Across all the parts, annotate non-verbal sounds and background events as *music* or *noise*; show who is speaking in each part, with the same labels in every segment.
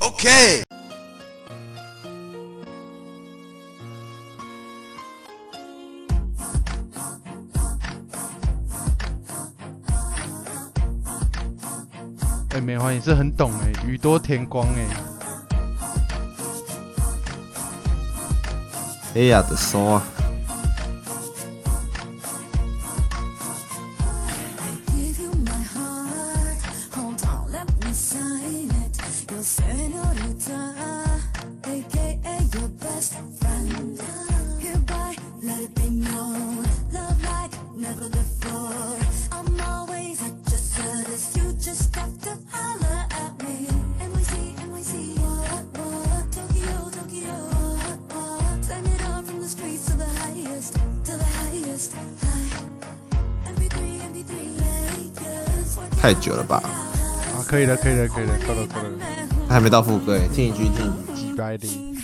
Speaker 1: OK。
Speaker 2: 哎、梅花也是很懂哎、宇多田光哎、 *laughs*
Speaker 3: 哎呀的骚啊！
Speaker 4: Give you my heart, hold on, let me sign it. Your senorita, aka your best friend. Hereby, let it be known, love like never before. I'm always at your service, you just have to holler at me. NYC, NYC, what, what? Tokyo, Tokyo, what, what? Send it on from the streets to the highest, to the highest, high.
Speaker 3: 太久了吧？
Speaker 2: 啊，可以了，可以了，可以了，够了，够了，
Speaker 3: 还没到副歌哎，听一句听一句。
Speaker 2: 几百里。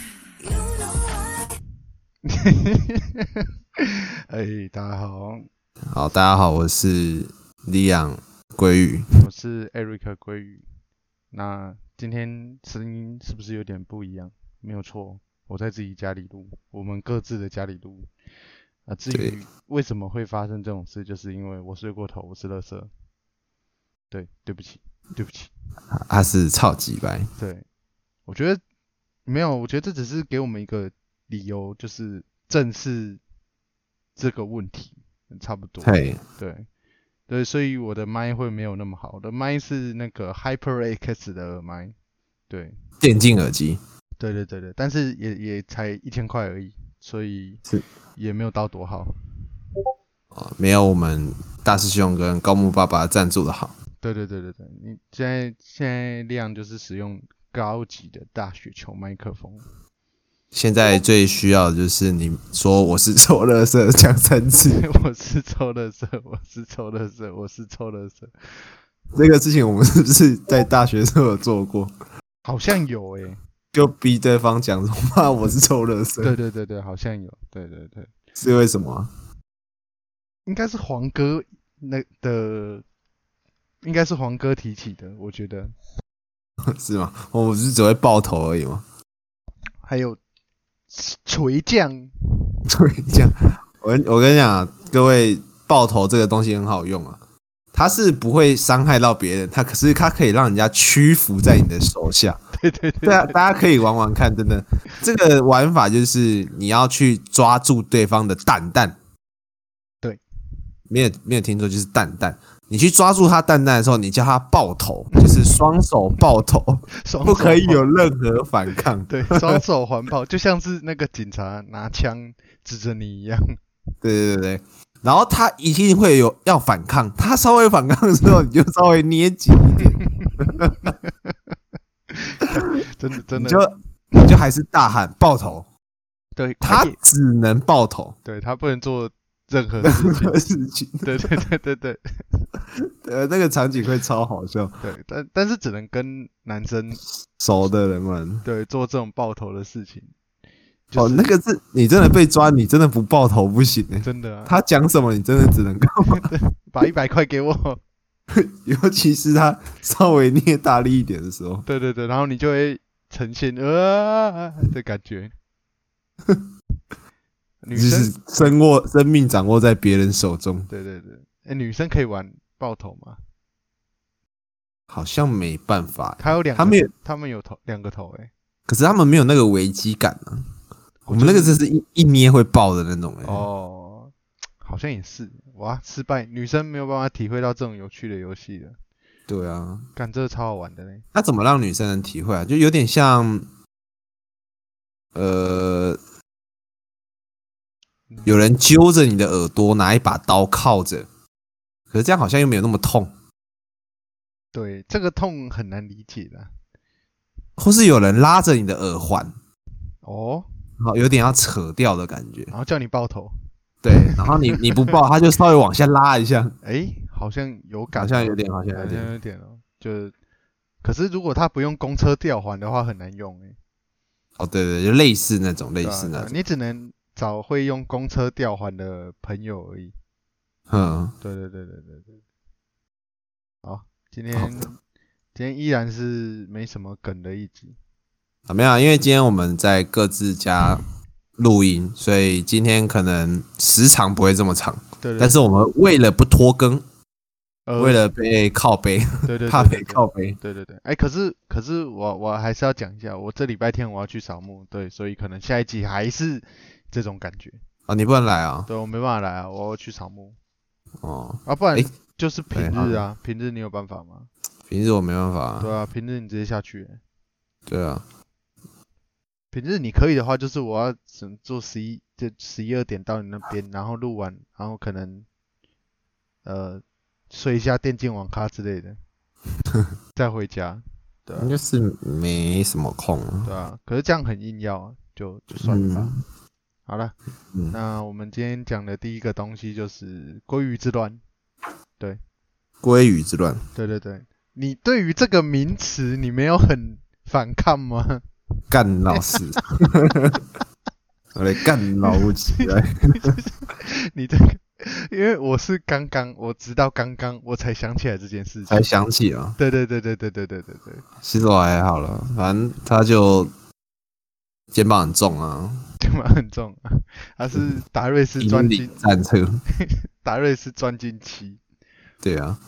Speaker 2: 哎、大家好，
Speaker 3: 好，大家好，我是李昂鲑鱼。
Speaker 2: 我是 Eric 鲑鱼。那今天声音是不是有点不一样？没有错，我在自己家里录，我们各自的家里录。啊，至
Speaker 3: 对
Speaker 2: 于为什么会发生这种事，就是因为我睡过头，我是垃圾。对，对不起，对不起。
Speaker 3: 他他是超级白，
Speaker 2: 对，我觉得没有，我觉得这只是给我们一个理由，就是正视这个问题，差不多。
Speaker 3: 嘿，
Speaker 2: 对，对，所以我的麦会没有那么好，我的麦是那个 HyperX 的耳麦。对，
Speaker 3: 电竞耳机，
Speaker 2: 对对对对，但是也也才一千块而已，所以
Speaker 3: 是
Speaker 2: 也没有到多好。
Speaker 3: 哦没有我们大师兄跟高木爸爸赞助的好。
Speaker 2: 对对对对对，你现在现在量就是使用高级的大雪球麦克风。 *laughs*
Speaker 3: 现在最需要的就是你说我是臭乐色讲三 *laughs* 次，
Speaker 2: 我是抽乐色，我是抽乐色，我是抽乐色，
Speaker 3: 这个事情我们是不是在大学时候有做 *laughs* 过？
Speaker 2: 好像有欸诶、
Speaker 3: 就逼对方讲说妈我是臭乐色
Speaker 2: 对，对对对，好像有，对对对，
Speaker 3: 是为什么啊？
Speaker 2: 应该是黄哥那的，应该是黄哥提起的，我觉得
Speaker 3: 是吗？我不是只会爆头而已吗？
Speaker 2: 还有垂降，
Speaker 3: *laughs* 对，这样，我跟我跟你讲啊、各位爆头这个东西很好用啊，它是不会伤害到别人，它可是它可以让人家屈服在你的手下。
Speaker 2: 对对对，
Speaker 3: 对啊，大家可以玩玩看，真的，这个玩法就是你要去抓住对方的蛋蛋。
Speaker 2: 对，
Speaker 3: 没有没有听错，就是蛋蛋。你去抓住他蛋蛋的时候，你叫他爆头，就是双手爆头，
Speaker 2: 双
Speaker 3: 不可以
Speaker 2: 手
Speaker 3: 有任何反抗。
Speaker 2: 对双手环抱，就像是那个警察拿枪指着你一样， *laughs*
Speaker 3: 对对对对，然后他一定会有要反抗，他稍微反抗的时候，你就稍微捏紧一点，
Speaker 2: 真的真
Speaker 3: 你
Speaker 2: 的
Speaker 3: 就你就还是大喊爆头，
Speaker 2: 对
Speaker 3: 他
Speaker 2: 快点
Speaker 3: 只能爆头
Speaker 2: 对他不能做任何事情，
Speaker 3: 的事情， *laughs*
Speaker 2: 对对对对对。
Speaker 3: 呃，那个场景会超好笑，
Speaker 2: 对，但但是只能跟男生
Speaker 3: 熟的人玩。
Speaker 2: 对做这种爆头的事情，就
Speaker 3: 哦，
Speaker 2: 是
Speaker 3: 那个是你真的被抓，你真的不爆头不行欸
Speaker 2: 真的、啊，
Speaker 3: 他讲什么，你真的只能干嘛？
Speaker 2: *laughs* 把一百块给我，
Speaker 3: *laughs*
Speaker 2: *laughs*
Speaker 3: 尤其是他稍微捏大力一点的时候，
Speaker 2: 对对对，然后你就会呈现呃的感
Speaker 3: *laughs*
Speaker 2: 觉。女
Speaker 3: 就
Speaker 2: 生
Speaker 3: 是生握生命掌握在别人手中，
Speaker 2: 对对对，哎，女生可以玩爆头吗？
Speaker 3: 好像没办法欸。
Speaker 2: 她有两个，
Speaker 3: 他们也
Speaker 2: 他们有头两个头哎、
Speaker 3: 可是他们没有那个危机感啊。我们
Speaker 2: 就
Speaker 3: 那个真是一一捏会爆的那种哎、
Speaker 2: 哦，好像也是哇，失败，女生没有办法体会到这种有趣的游戏的，
Speaker 3: 对啊，
Speaker 2: 干这超好玩的嘞，
Speaker 3: 那怎么让女生能体会啊？就有点像，呃，
Speaker 2: 嗯
Speaker 3: 有人揪着你的耳朵，拿一把刀靠着，可是这样好像又没有那么痛，
Speaker 2: 对，这个痛很难理解的
Speaker 3: 或是有人拉着你的耳环，
Speaker 2: 哦，
Speaker 3: 好有点要扯掉的感觉。
Speaker 2: 然后叫你爆头。
Speaker 3: 对，然后
Speaker 2: *laughs*
Speaker 3: 你你不爆，他就稍微往下拉一下，
Speaker 2: 哎，好像有感
Speaker 3: 好
Speaker 2: 哦，
Speaker 3: 像有点，好像
Speaker 2: 好像
Speaker 3: 有点。
Speaker 2: 有点哦。就是，可是如果他不用公车吊环的话，很难用哎。
Speaker 3: 哦，对对，就类似那种，类
Speaker 2: 对啊
Speaker 3: 似
Speaker 2: 对
Speaker 3: 那
Speaker 2: 啊
Speaker 3: 种，
Speaker 2: 你只能找会用公车吊环的朋友而已。
Speaker 3: 嗯。
Speaker 2: 啊对对对对对对。好，今天今天依然是没什么梗的一集，
Speaker 3: 啊，没有啊，因为今天我们在各自家录音，所以今天可能时长不会这么长，
Speaker 2: 对对
Speaker 3: 但是我们为了不拖更，
Speaker 2: 呃
Speaker 3: 为了被靠背，
Speaker 2: 对对
Speaker 3: 怕
Speaker 2: 对
Speaker 3: 被
Speaker 2: 对对
Speaker 3: 靠背，
Speaker 2: 对对对，哎，可是可是我我还是要讲一下，我这礼拜天我要去扫墓，对，所以可能下一集还是这种感觉。
Speaker 3: 哦，你不能来啊，
Speaker 2: 对我没办法来啊，我要去扫墓
Speaker 3: 哦，
Speaker 2: 啊，不然
Speaker 3: 哎
Speaker 2: 就是平
Speaker 3: 对
Speaker 2: 日啊，平日你有办法吗？
Speaker 3: 平时我没办法啊，
Speaker 2: 对啊，平日你直接下去、欸 *laughs*
Speaker 3: 对啊，
Speaker 2: 平日你可以的话，就是我要只做十一就十一二点到你那边，然后录完，然后可能呃睡一下电竞网咖之类的，再回家。对啊，
Speaker 3: 就是没什么空啊，
Speaker 2: 对啊，可是这样很硬要啊，就就算了吧。好了，
Speaker 3: 嗯
Speaker 2: 那我们今天讲的第一个东西就是鲑鱼之乱。
Speaker 3: 鲑鱼之乱，
Speaker 2: 对对对，你对于这个名词你没有很反抗吗？
Speaker 3: 干
Speaker 2: *laughs*
Speaker 3: 老师，我来干老起来，
Speaker 2: *laughs* 你这个，因为我是刚刚，我直到刚刚我才想起来这件事情
Speaker 3: 才。想起啊，
Speaker 2: 对对对对对对对对对，
Speaker 3: 其实我还好了，反正他就肩膀很重啊，
Speaker 2: 肩膀很重啊，他是达瑞斯专
Speaker 3: 引
Speaker 2: 精
Speaker 3: 领，战车，
Speaker 2: 达瑞斯专精期
Speaker 3: 对啊，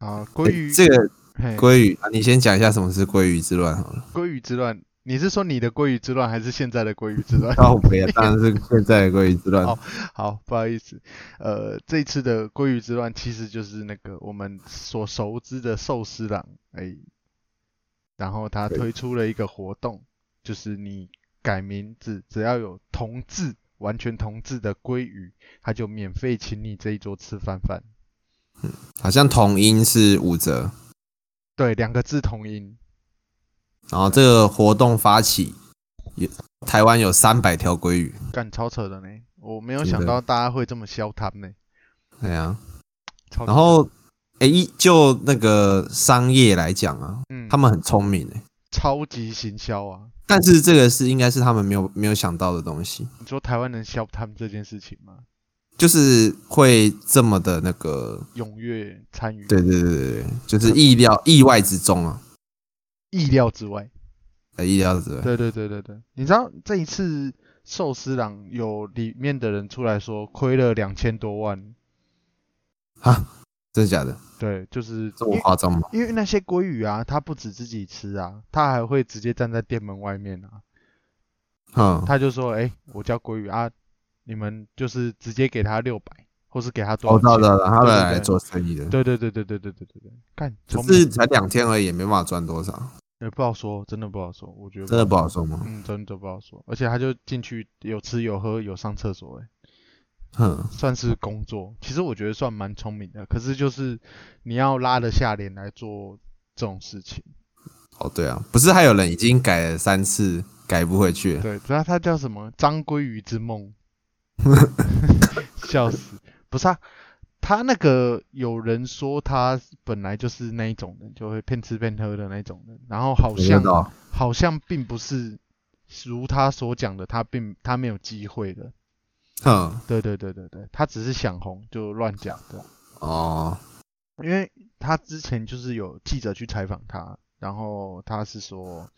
Speaker 2: 啊。鲑鱼，
Speaker 3: 这个
Speaker 2: 嘿
Speaker 3: 鲑鱼，啊你先讲一下什么是鲑鱼之乱好了。
Speaker 2: 鲑鱼之乱，你是说你的鲑鱼之乱，还是现在的鲑鱼之乱？
Speaker 3: 靠北啊，当然是现在的鲑鱼之
Speaker 2: *laughs*
Speaker 3: 乱
Speaker 2: 好。好，不好意思，呃，这一次的鲑鱼之乱其实就是那个我们所熟知的寿司郎，哎、然后他
Speaker 3: 对
Speaker 2: 推出了一个活动，就是你改名字，只要有同字，完全同字的鲑鱼，他就免费请你这一桌吃饭饭。
Speaker 3: 好像同音是五折，
Speaker 2: 对，两个字同音，
Speaker 3: 然后这个活动发起，有台湾有三百条鲑鱼。
Speaker 2: 干超扯的呢，我没有
Speaker 3: 真
Speaker 2: 想
Speaker 3: 的
Speaker 2: 到大家会这么消他呢。
Speaker 3: 对啊，
Speaker 2: 超
Speaker 3: 然
Speaker 2: 级
Speaker 3: 后诶，一就那个商业来讲啊，
Speaker 2: 嗯，
Speaker 3: 他们很聪明诶，
Speaker 2: 超级行销啊！
Speaker 3: 但是这个是应该是他们没有没有想到的东西，
Speaker 2: 你说台湾人消他们这件事情吗？
Speaker 3: 就是会这么的那个，
Speaker 2: 踊跃参与，
Speaker 3: 对对对对对，就是意料意外之中啊，
Speaker 2: 意料之外。
Speaker 3: 诶意料之外。
Speaker 2: 对对对对对，你知道这一次寿司郎有里面的人出来说亏了两千多万，啊
Speaker 3: 真的假的？
Speaker 2: 对，就是
Speaker 3: 这
Speaker 2: 因
Speaker 3: 么
Speaker 2: 为
Speaker 3: 夸张吗？
Speaker 2: 因为那些鲑鱼啊，他不止自己吃啊，他还会直接站在店门外面啊，
Speaker 3: 嗯，
Speaker 2: 他就说，哎、我叫鲑鱼啊，你们就是直接给他六百，或是给他多
Speaker 3: 我
Speaker 2: 少
Speaker 3: 哦知道，
Speaker 2: 钱？
Speaker 3: 知道，他们
Speaker 2: 对对
Speaker 3: 来
Speaker 2: 对
Speaker 3: 做生意的，
Speaker 2: 对对对对对对对对对，干，
Speaker 3: 可
Speaker 2: 聪
Speaker 3: 是
Speaker 2: 明
Speaker 3: 才两天而已，也没办法赚多少，
Speaker 2: 也不好说，真的不好说，我觉得
Speaker 3: 真的不好说吗？
Speaker 2: 嗯，真的不好说，而且他就进去有吃有喝有上厕所、欸，
Speaker 3: 哼，
Speaker 2: 算是工作，其实我觉得算蛮聪明的。可是就是你要拉得下脸来做这种事情。
Speaker 3: 哦，对啊，不是还有人已经改了三次，改不回去了，
Speaker 2: 对，不知道他叫什么？张鲑鱼之梦，,
Speaker 3: *laughs*
Speaker 2: 笑死！不是啊，他那个有人说他本来就是那一种人，就会骗吃骗喝的那一种人，然后好
Speaker 3: 我知
Speaker 2: 像
Speaker 3: 道，
Speaker 2: 好像并不是如他所讲的，他并他没有机会的。
Speaker 3: 哼，
Speaker 2: 对对对对对，他只是想红就乱讲的。
Speaker 3: 哦，
Speaker 2: 因为他之前就是有记者去采访他，然后他是说，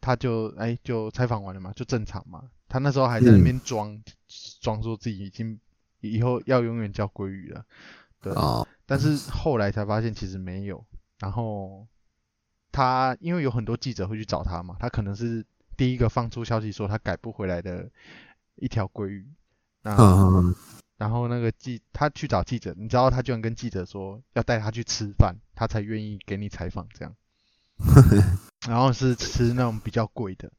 Speaker 2: 他就哎、就采访完了嘛，就正常嘛。他那时候还在那边装装、说自己已经以后要永远叫鲑鱼了，对。
Speaker 3: 哦，
Speaker 2: 但是后来才发现其实没有。然后他因为有很多记者会去找他嘛，他可能是第一个放出消息说他改不回来的一条鲑鱼。那、
Speaker 3: 哼哼哼，
Speaker 2: 然后那个记他去找记者，你知道他居然跟记者说要带他去吃饭，他才愿意给你采访这样。然后是吃那种比较贵的，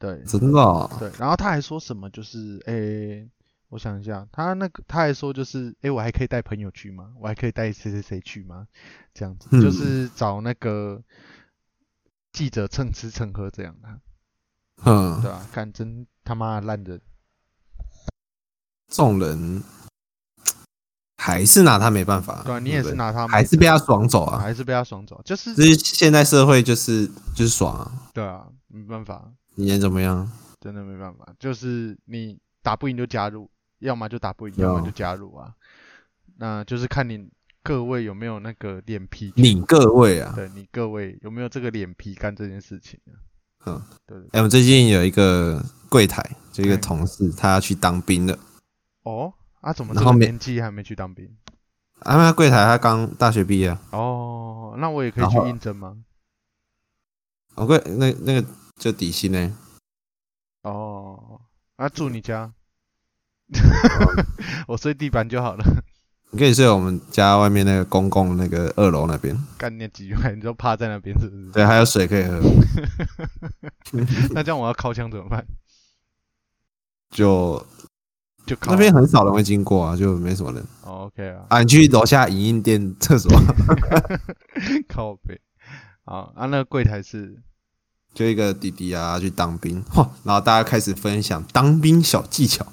Speaker 2: 对
Speaker 3: *laughs* 真的哦，
Speaker 2: 对。然后他还说什么就是诶，我想一下，他那个他还说就是诶，我还可以带朋友去吗？我还可以带谁谁谁去吗？这样子
Speaker 3: 嗯
Speaker 2: 就是找那个记者蹭吃蹭喝这样的、
Speaker 3: 哼
Speaker 2: 对，吧、啊？干真他妈烂人，
Speaker 3: 这种人还是拿他没办法，
Speaker 2: 对啊吧、你也是
Speaker 3: 不
Speaker 2: 拿他没
Speaker 3: 还是被他爽走啊，
Speaker 2: 还是被他爽走，就是
Speaker 3: 就是现在社会就是就是爽啊，
Speaker 2: 对啊，没办法，
Speaker 3: 你能怎么样？
Speaker 2: 真的没办法，就是你打不赢就加入，要么就打不赢，
Speaker 3: 有
Speaker 2: 要么就加入啊。那就是看你各位有没有那个脸皮去，
Speaker 3: 你各位啊，
Speaker 2: 对你各位有没有这个脸皮干这件事情啊？
Speaker 3: 嗯，
Speaker 2: 对对对
Speaker 3: 哎、我们最近有一个柜台，就一个
Speaker 2: 嗯
Speaker 3: 同事，他要去当兵了。
Speaker 2: 哦，啊，怎么
Speaker 3: 然
Speaker 2: 这
Speaker 3: 后
Speaker 2: 个
Speaker 3: 没
Speaker 2: 年纪还没去当兵？
Speaker 3: 啊，那柜台他刚大学毕业啊，
Speaker 2: 哦，那我也可以
Speaker 3: 然
Speaker 2: 去
Speaker 3: 后
Speaker 2: 应征吗？
Speaker 3: 哦，柜那那个就底薪呢，
Speaker 2: 哦，啊，住你
Speaker 3: *laughs*
Speaker 2: 家，我睡地板就好了。
Speaker 3: 你可以睡我们家外面那个公共那个二楼那边，
Speaker 2: 干你几块，你就趴在那边是不是？ *laughs*
Speaker 3: 对，还有水可以喝，
Speaker 2: 那这样我要靠枪怎么办？
Speaker 3: 就
Speaker 2: 就靠
Speaker 3: 那边很少人会经过啊，就没什么人
Speaker 2: 哦，OK 啊，
Speaker 3: 啊。你去楼下影印店厕所，
Speaker 2: *laughs* 靠背。好啊，那个柜台是
Speaker 3: 就一个弟弟啊去当兵，嚯，然后大家开始分享当兵小技巧。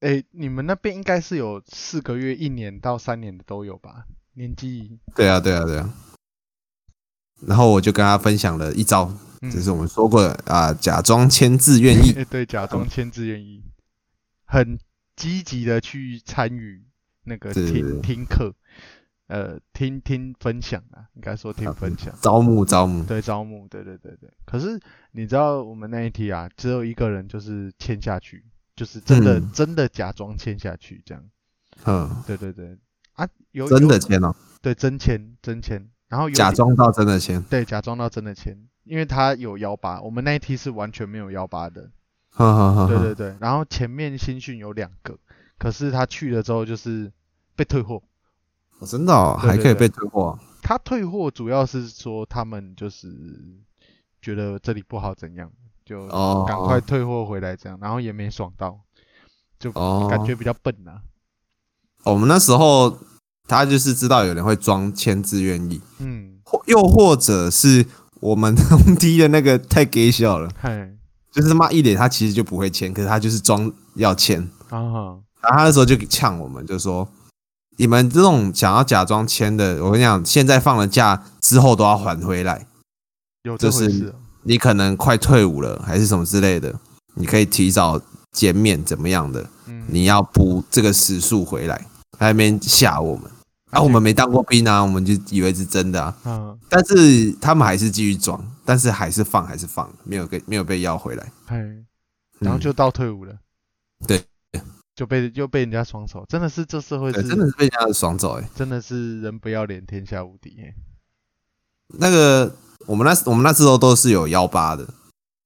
Speaker 2: 哎、你们那边应该是有四个月、一年到三年的都有吧？年纪，
Speaker 3: 对啊，对啊，对啊。然后我就跟他分享了一招，
Speaker 2: 嗯，
Speaker 3: 这是我们说过的啊、假装签字愿意
Speaker 2: 哎、对，假装签字愿意，很积极的去参与那个
Speaker 3: 对对
Speaker 2: 听
Speaker 3: 对
Speaker 2: 听课，呃，听听分享啊，应该说听分享，
Speaker 3: 招募招募，
Speaker 2: 对，招募，对对对对。可是你知道我们那一题啊，只有一个人就是签下去，就是真的、
Speaker 3: 嗯
Speaker 2: 真的假装签下去这样，
Speaker 3: 嗯，
Speaker 2: 对对对。啊，有
Speaker 3: 真的
Speaker 2: 有
Speaker 3: 签哦，
Speaker 2: 对真签真签，然后有
Speaker 3: 假
Speaker 2: 点
Speaker 3: 装到真的签，
Speaker 2: 对假装到真的签，因为他有幺八，我们那一题是完全没有幺八的，
Speaker 3: 哈哈啊哈。
Speaker 2: 对
Speaker 3: 呵
Speaker 2: 对对，然后前面新训有两个，可是他去了之后就是被退货。
Speaker 3: 哦真的哦，
Speaker 2: 对对
Speaker 3: 还可以被退货，
Speaker 2: 他退货主要是说他们就是觉得这里不好怎样，就
Speaker 3: 哦
Speaker 2: 赶快退货回来这样，然后也没爽到，
Speaker 3: 哦，
Speaker 2: 感觉比较笨呐、啊。
Speaker 3: 我们那时候他就是知道有人会装签字愿意，
Speaker 2: 嗯，
Speaker 3: 或又或者是我们同梯的那个太给笑了， *laughs*
Speaker 2: 嗨
Speaker 3: 就是他妈一脸他其实就不会签，可是他就是装要签，
Speaker 2: 啊，
Speaker 3: 然后他那时候就呛我们，就说你们这种想要假装签的，我跟你讲，现在放了假之后都要还回来，
Speaker 2: 有这
Speaker 3: 这
Speaker 2: 回
Speaker 3: 是
Speaker 2: 事哦、
Speaker 3: 你可能快退伍了还是什么之类的，你可以提早减免怎么样的，
Speaker 2: 嗯，
Speaker 3: 你要补这个时数回来，他在那边吓我们。啊，
Speaker 2: 而且
Speaker 3: 我们没当过兵啊，我们就以为是真的啊，
Speaker 2: 啊，
Speaker 3: 但是他们还是继续装，但是还是放，还是放，没有给没有被要回来，
Speaker 2: 嗨，
Speaker 3: 嗯
Speaker 2: 然后就到退伍了。
Speaker 3: 对。
Speaker 2: 就被就被人家双手，真的是这社会
Speaker 3: 对
Speaker 2: 是
Speaker 3: 真的是被人家爽走哎、
Speaker 2: 真的是人不要脸天下无敌耶、
Speaker 3: 那个我们那我们那时候都是有幺八的，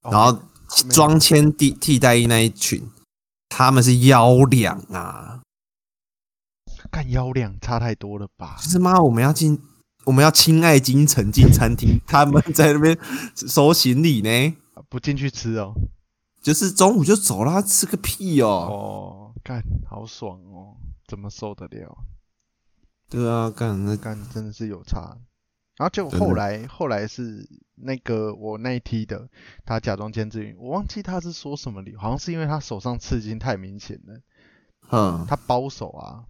Speaker 2: 哦
Speaker 3: 然后
Speaker 2: 没
Speaker 3: 装签替替代役那一群，他们是幺两啊，
Speaker 2: 干腰量差太多了吧？
Speaker 3: 就是妈我们要进，我们要亲爱京城进餐厅，他们在那边收行李呢，
Speaker 2: 不进去吃哦。
Speaker 3: 就是中午就走啦，吃个屁哦，
Speaker 2: 哦，干好爽哦，怎么受得了？
Speaker 3: 对啊，干那
Speaker 2: 干真的是有差。然后就
Speaker 3: 真的
Speaker 2: 后来后来是那个我那一梯的，他假装监制员，我忘记他是说什么理由，好像是因为他手上刺青太明显了，
Speaker 3: 嗯
Speaker 2: 他包手啊，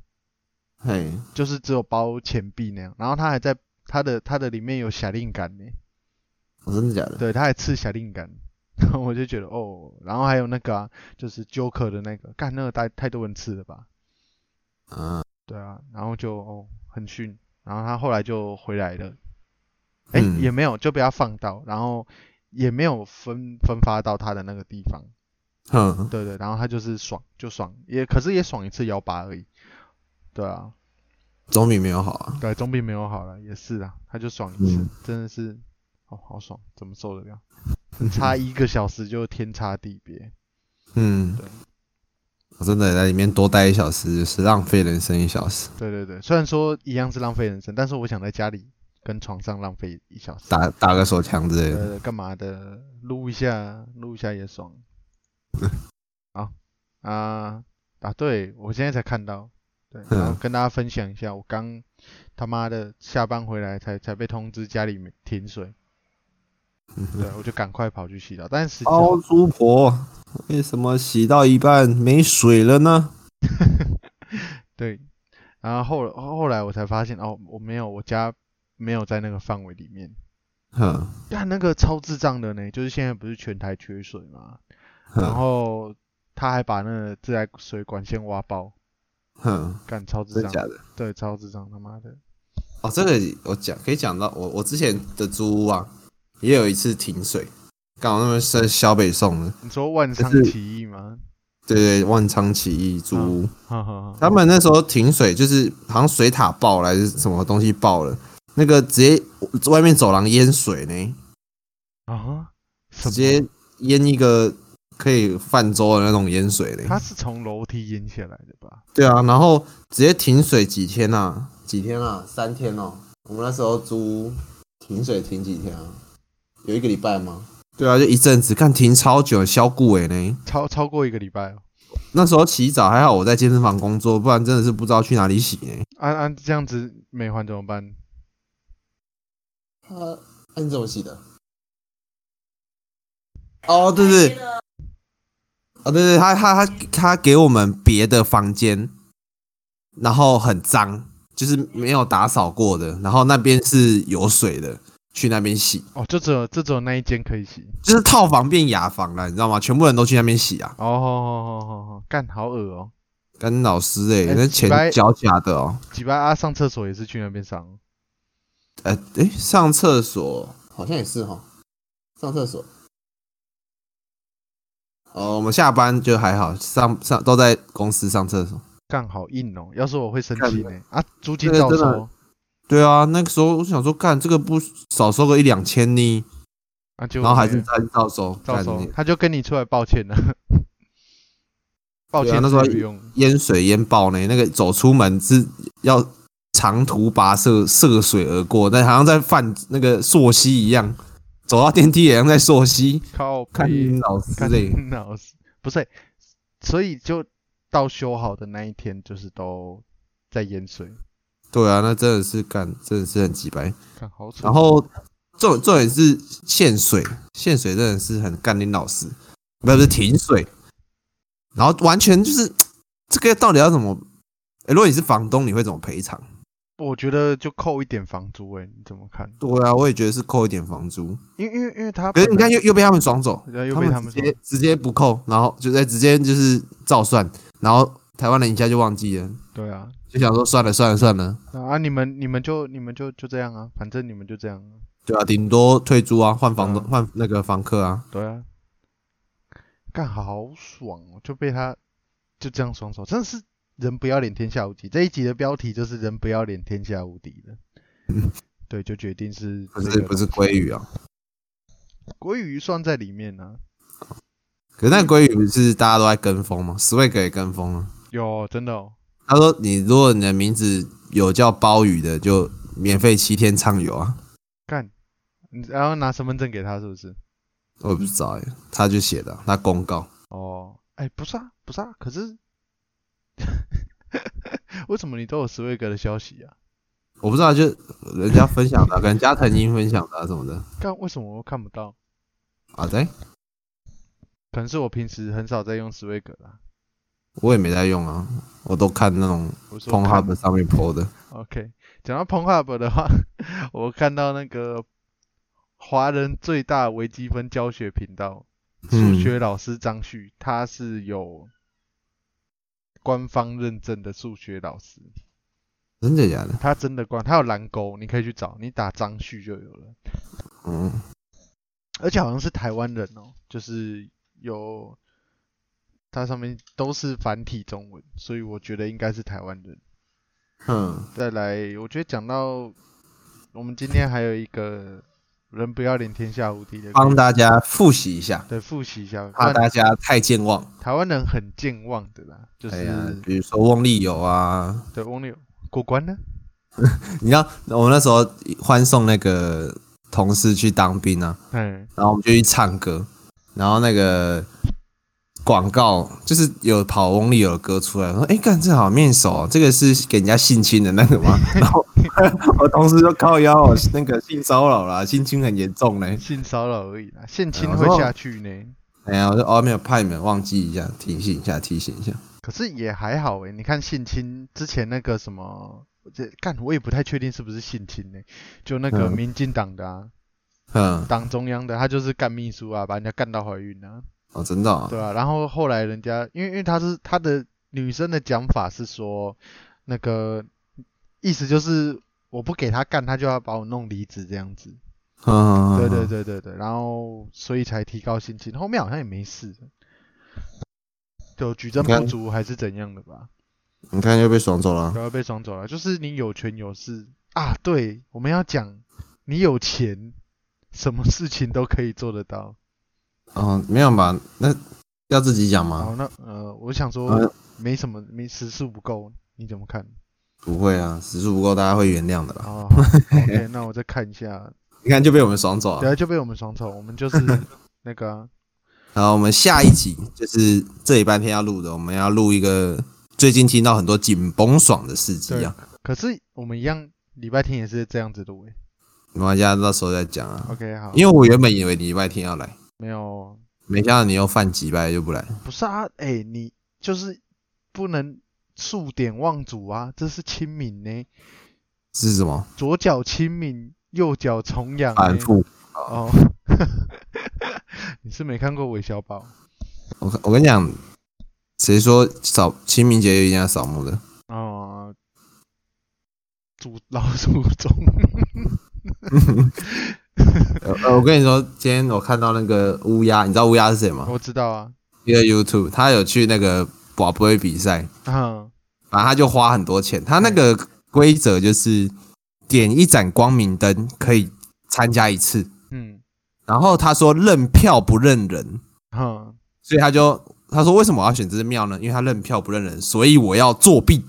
Speaker 3: 嘿，
Speaker 2: 就是只有包钱币那样，然后他还在他的他的里面有侠令感呢，
Speaker 3: 我真的假的？
Speaker 2: 对，他还吃小令感， *laughs* 然后我就觉得哦，然后还有那个啊，就是 Joker 的那个，干那个太太多人吃了吧？
Speaker 3: 嗯，
Speaker 2: 对啊，然后就哦很逊，然后他后来就回来了，哎、
Speaker 3: 嗯
Speaker 2: 也没有就被他放到，然后也没有分分发到他的那个地方，
Speaker 3: 哼，
Speaker 2: 对对，然后他就是爽就爽，也可是也爽一次幺八而已，对啊，
Speaker 3: 总比没有好啊，
Speaker 2: 对，总比没有好了，也是啊，他就爽一次，
Speaker 3: 嗯
Speaker 2: 真的是哦好爽，怎么受得了？差一个小时就天差地别。
Speaker 3: 嗯
Speaker 2: 对，
Speaker 3: 我真的在里面多待一小时，就是浪费人生一小时，
Speaker 2: 对对对，虽然说一样是浪费人生，但是我想在家里跟床上浪费一小时，
Speaker 3: 打打个手枪之类的。
Speaker 2: 呃，干嘛的，撸一下，撸一下也
Speaker 3: *laughs*
Speaker 2: 爽。好啊、啊，对我现在才看到，对，
Speaker 3: 嗯
Speaker 2: 然后跟大家分享一下，我刚他妈的下班回来才才被通知家里没停水，
Speaker 3: 嗯哼
Speaker 2: 对我就赶快跑去洗澡，但是
Speaker 3: 包租婆，为什么洗到一半没水了呢？
Speaker 2: *laughs* 对，然后后后来我才发现哦，我没有，我家没有在那个范围里面。
Speaker 3: 哼
Speaker 2: 但那个超智障的呢，就是现在不是全台缺水嘛，然
Speaker 3: 哼
Speaker 2: 后他还把那个自来水管线挖爆，
Speaker 3: 哼，
Speaker 2: 干超智
Speaker 3: 真的假
Speaker 2: 障，
Speaker 3: 的？
Speaker 2: 对，超智障，他妈的，
Speaker 3: 哦，这个我讲可以讲到我我之前的租屋啊，也有一次停水，刚好那么是小北宋的，
Speaker 2: 你说万
Speaker 3: 就
Speaker 2: 商
Speaker 3: 是
Speaker 2: 起义吗？
Speaker 3: 对对，万昌起义租屋，
Speaker 2: 哈哈哈，
Speaker 3: 他们那时候停水，就是好像水塔爆了还是什么东西爆了，那个直接外面走廊淹水呢，
Speaker 2: 啊，什
Speaker 3: 直
Speaker 2: 么
Speaker 3: 接淹一个可以泛舟的那种淹水呢。
Speaker 2: 他是从楼梯淹下来的吧？
Speaker 3: 对啊，然后直接停水几天啊？几天啊？三天哦。我们那时候租停水停几天啊？有一个礼拜吗？对啊，就一阵子，看停超久，消顾伟呢。
Speaker 2: 超超过一个礼拜哦。
Speaker 3: 那时候洗澡还好，我在健身房工作，不然真的是不知道去哪里洗呢。
Speaker 2: 安安啊这样子没还怎么办？
Speaker 3: 啊，那你怎么洗的？哦，对对，哦对对，他他他他给我们别的房间，然后很脏，就是没有打扫过的，然后那边是有水的，去那边洗，
Speaker 2: 哦，就只有就只有那一间可以洗。
Speaker 3: 就是套房变雅房了，你知道吗？全部人都去那边洗啊，
Speaker 2: 哦，好好好好好，干好恶哦。
Speaker 3: 跟老师哎、
Speaker 2: 哎
Speaker 3: 那
Speaker 2: 洗白
Speaker 3: 钱缴假的哦，
Speaker 2: 几巴啊，上厕所也是去那边上。
Speaker 3: 呃哎，上厕所好像也是哈，上厕所。哦，我们下班就还好，上上都在公司上厕所。
Speaker 2: 干好硬哦！要是我会生
Speaker 3: 干
Speaker 2: 气呢。啊，租金
Speaker 3: 这个
Speaker 2: 照
Speaker 3: 真的
Speaker 2: 收
Speaker 3: 对啊，那个时候我想说，干这个不少收个一两千呢，
Speaker 2: 啊，就
Speaker 3: 然后还
Speaker 2: 没
Speaker 3: 是
Speaker 2: 了
Speaker 3: 照照收，
Speaker 2: 照
Speaker 3: 干
Speaker 2: 收
Speaker 3: 你，
Speaker 2: 他就跟你出来抱歉
Speaker 3: *laughs*
Speaker 2: 了。抱
Speaker 3: 对啊
Speaker 2: 歉，
Speaker 3: 啊那时候
Speaker 2: 不用。
Speaker 3: 淹水淹爆呢。那个走出门是要长途跋涉涉水而过，但好像在泛那个溯溪一样，走到电梯也像在溯溪。
Speaker 2: 靠
Speaker 3: 看
Speaker 2: 北，
Speaker 3: 老师
Speaker 2: 看
Speaker 3: 嘞，
Speaker 2: 老师不是欸，所以就到修好的那一天，就是都在淹水，
Speaker 3: 对啊，那真的是干，真的是很鸡掰。
Speaker 2: 看好丑。
Speaker 3: 然后重重点是限水，限水真的是很干练老师，不是不是停水，然后完全就是这个到底要怎么？诶如果你是房东，你会怎么赔偿？
Speaker 2: 我觉得就扣一点房租，哎，你怎么看？
Speaker 3: 对啊，我也觉得是扣一点房租，
Speaker 2: 因为因为因为他
Speaker 3: 可是
Speaker 2: 本
Speaker 3: 你看
Speaker 2: 来
Speaker 3: 又又被他们爽走，
Speaker 2: 然后又被他们
Speaker 3: 直
Speaker 2: 说
Speaker 3: 接直接不扣，然后就在直接就是照算，然后台湾人一下就忘记了，
Speaker 2: 对啊，
Speaker 3: 就想说算了算了算了，
Speaker 2: 啊你们你们就你们就就这样啊，反正你们就这样啊，
Speaker 3: 对啊，顶多退租啊，换房东
Speaker 2: 嗯
Speaker 3: 换那个房客啊，
Speaker 2: 对啊，干好爽哦，就被他就这样双手，真的是人不要脸天下无敌。这一集的标题就是人不要脸天下无敌 *laughs* 了，对，就决定是
Speaker 3: 不
Speaker 2: 这
Speaker 3: 是
Speaker 2: 个
Speaker 3: 不是鲑鱼啊。
Speaker 2: 国语算在里面啊呢、嗯
Speaker 3: 可是那个鲑鱼不是大家都在跟风吗？Swag 也跟风啊。
Speaker 2: 有真的哦，
Speaker 3: 他说：“你如果你的名字有叫鲍鱼的，就免费七天畅游啊。
Speaker 2: 干，你然后拿身份证给他是不是？”
Speaker 3: 我也不知道哎、他就写的啊、他公告。
Speaker 2: 哦，哎，不是啊，不是啊，可是 *laughs* 为什么你都有十位哥的消息啊？
Speaker 3: 我不知道，就人家分享的啊、可能加藤鹰分享的、啊、什么的
Speaker 2: 干为什么我看不到？
Speaker 3: 啊。对，
Speaker 2: 可能是我平时很少在用十位哥啦。
Speaker 3: 我也没在用啊，我都看那种
Speaker 2: 我说
Speaker 3: p o n
Speaker 2: 看
Speaker 3: h u b 上面 PO 的。
Speaker 2: OK，讲到 Pornhub 的话， *laughs* 我看到那个华人最大微积分教学频道，数
Speaker 3: 嗯
Speaker 2: 学老师张旭，他是有官方认证的数学老师，
Speaker 3: 真的假的？
Speaker 2: 他真的官，他有蓝勾，你可以去找，你打张旭就有了，
Speaker 3: 嗯，
Speaker 2: 而且好像是台湾人哦，就是有，它上面都是繁体中文，所以我觉得应该是台湾人。
Speaker 3: 嗯，
Speaker 2: 再来，我觉得讲到我们今天还有一个人不要脸天下无敌的，
Speaker 3: 帮大家复习一下，
Speaker 2: 对复习一下，不
Speaker 3: 怕
Speaker 2: 然
Speaker 3: 大家太健忘。
Speaker 2: 台湾人很健忘的啦，就是、
Speaker 3: 哎呀，比如说翁立友啊，
Speaker 2: 对翁六过关呢，
Speaker 3: 你知道我那时候欢送那个同事去当兵啊，
Speaker 2: 嗯，
Speaker 3: 然后我们就去唱歌，然后那个广告就是有跑翁立友的歌出来，我说哎，干这好面熟、哦，这个是给人家性侵的那个
Speaker 2: *laughs*
Speaker 3: 吗？然后我同事就靠腰哦，那个性骚扰啦，性侵很严重嘞。
Speaker 2: 性骚扰而已啦，性侵
Speaker 3: 哎我
Speaker 2: 会
Speaker 3: 说
Speaker 2: 下去呢，
Speaker 3: 哎呀，我说哦没有，怕你们忘记一下，提醒一下，提醒一下。
Speaker 2: 可是也还好诶、你看性侵之前那个什么，这干我也不太确定是不是性侵呢、就那个
Speaker 3: 嗯
Speaker 2: 民进党的啊，
Speaker 3: 嗯，
Speaker 2: 党中央的，他就是干秘书啊，把人家干到怀孕啊，
Speaker 3: 哦真的、哦，
Speaker 2: 对啊，然后后来人家，因为因为他是他的女生的讲法是说，那个意思就是我不给他干，他就要把我弄离职这样子。
Speaker 3: 嗯，
Speaker 2: 对对对对对，然后所以才提高心情，后面好像也没事，就举证
Speaker 3: 你看
Speaker 2: 不足还是怎样的吧，
Speaker 3: 你看又被爽走了啊
Speaker 2: 不，要被爽走了。就是你有权有势啊，对，我们要讲你有钱，什么事情都可以做得到。
Speaker 3: 哦，没有吧？那要自己讲吗？
Speaker 2: 好，那呃，我想
Speaker 3: 嗯
Speaker 2: 说没什么，没时数不够，你怎么看？
Speaker 3: 不会啊，时数不够，大家会原谅的啦。
Speaker 2: 哦
Speaker 3: *laughs*
Speaker 2: ，OK，那我再看一下，
Speaker 3: 你看就被我们爽走啊
Speaker 2: 等下
Speaker 3: 了。
Speaker 2: 就被我们爽走，我们就是
Speaker 3: *laughs*
Speaker 2: 那个啊
Speaker 3: 好，我们下一集就是这礼拜天要录的，我们要录一个最近听到很多紧绷爽的事迹啊，
Speaker 2: 可是我们一样，礼拜天也是这样子的喂。
Speaker 3: 没关系，啊，到时候再讲啊。
Speaker 2: OK，好，
Speaker 3: 因为我原本以为你礼拜天要来，
Speaker 2: 没有，
Speaker 3: 没想到你又犯几拜就不来。
Speaker 2: 不是啊，哎、你就是不能数典忘祖啊，这是清明呢，
Speaker 3: 这是什么？
Speaker 2: 左脚清明，右脚重阳
Speaker 3: 反
Speaker 2: 呢。
Speaker 3: 复。
Speaker 2: 哦， *laughs* 你是没看过韦小宝
Speaker 3: 我跟我跟你讲，谁说扫清明节一定要扫墓的？
Speaker 2: 哦？祖老祖宗， *laughs*
Speaker 3: 呃，呃我跟你说，今天我看到那个乌鸦，你知道乌鸦是谁吗？
Speaker 2: 我知道啊，
Speaker 3: 一个 YouTube，他有去那个宝贝比赛，
Speaker 2: 嗯，
Speaker 3: 反正他就花很多钱。他那个规则就是点一盏光明灯可以参加一次，
Speaker 2: 嗯，
Speaker 3: 然后他说认票不认人，
Speaker 2: 哼，
Speaker 3: 所以他就他说为什么我要选这只庙呢？因为他认票不认人，所以我要作弊，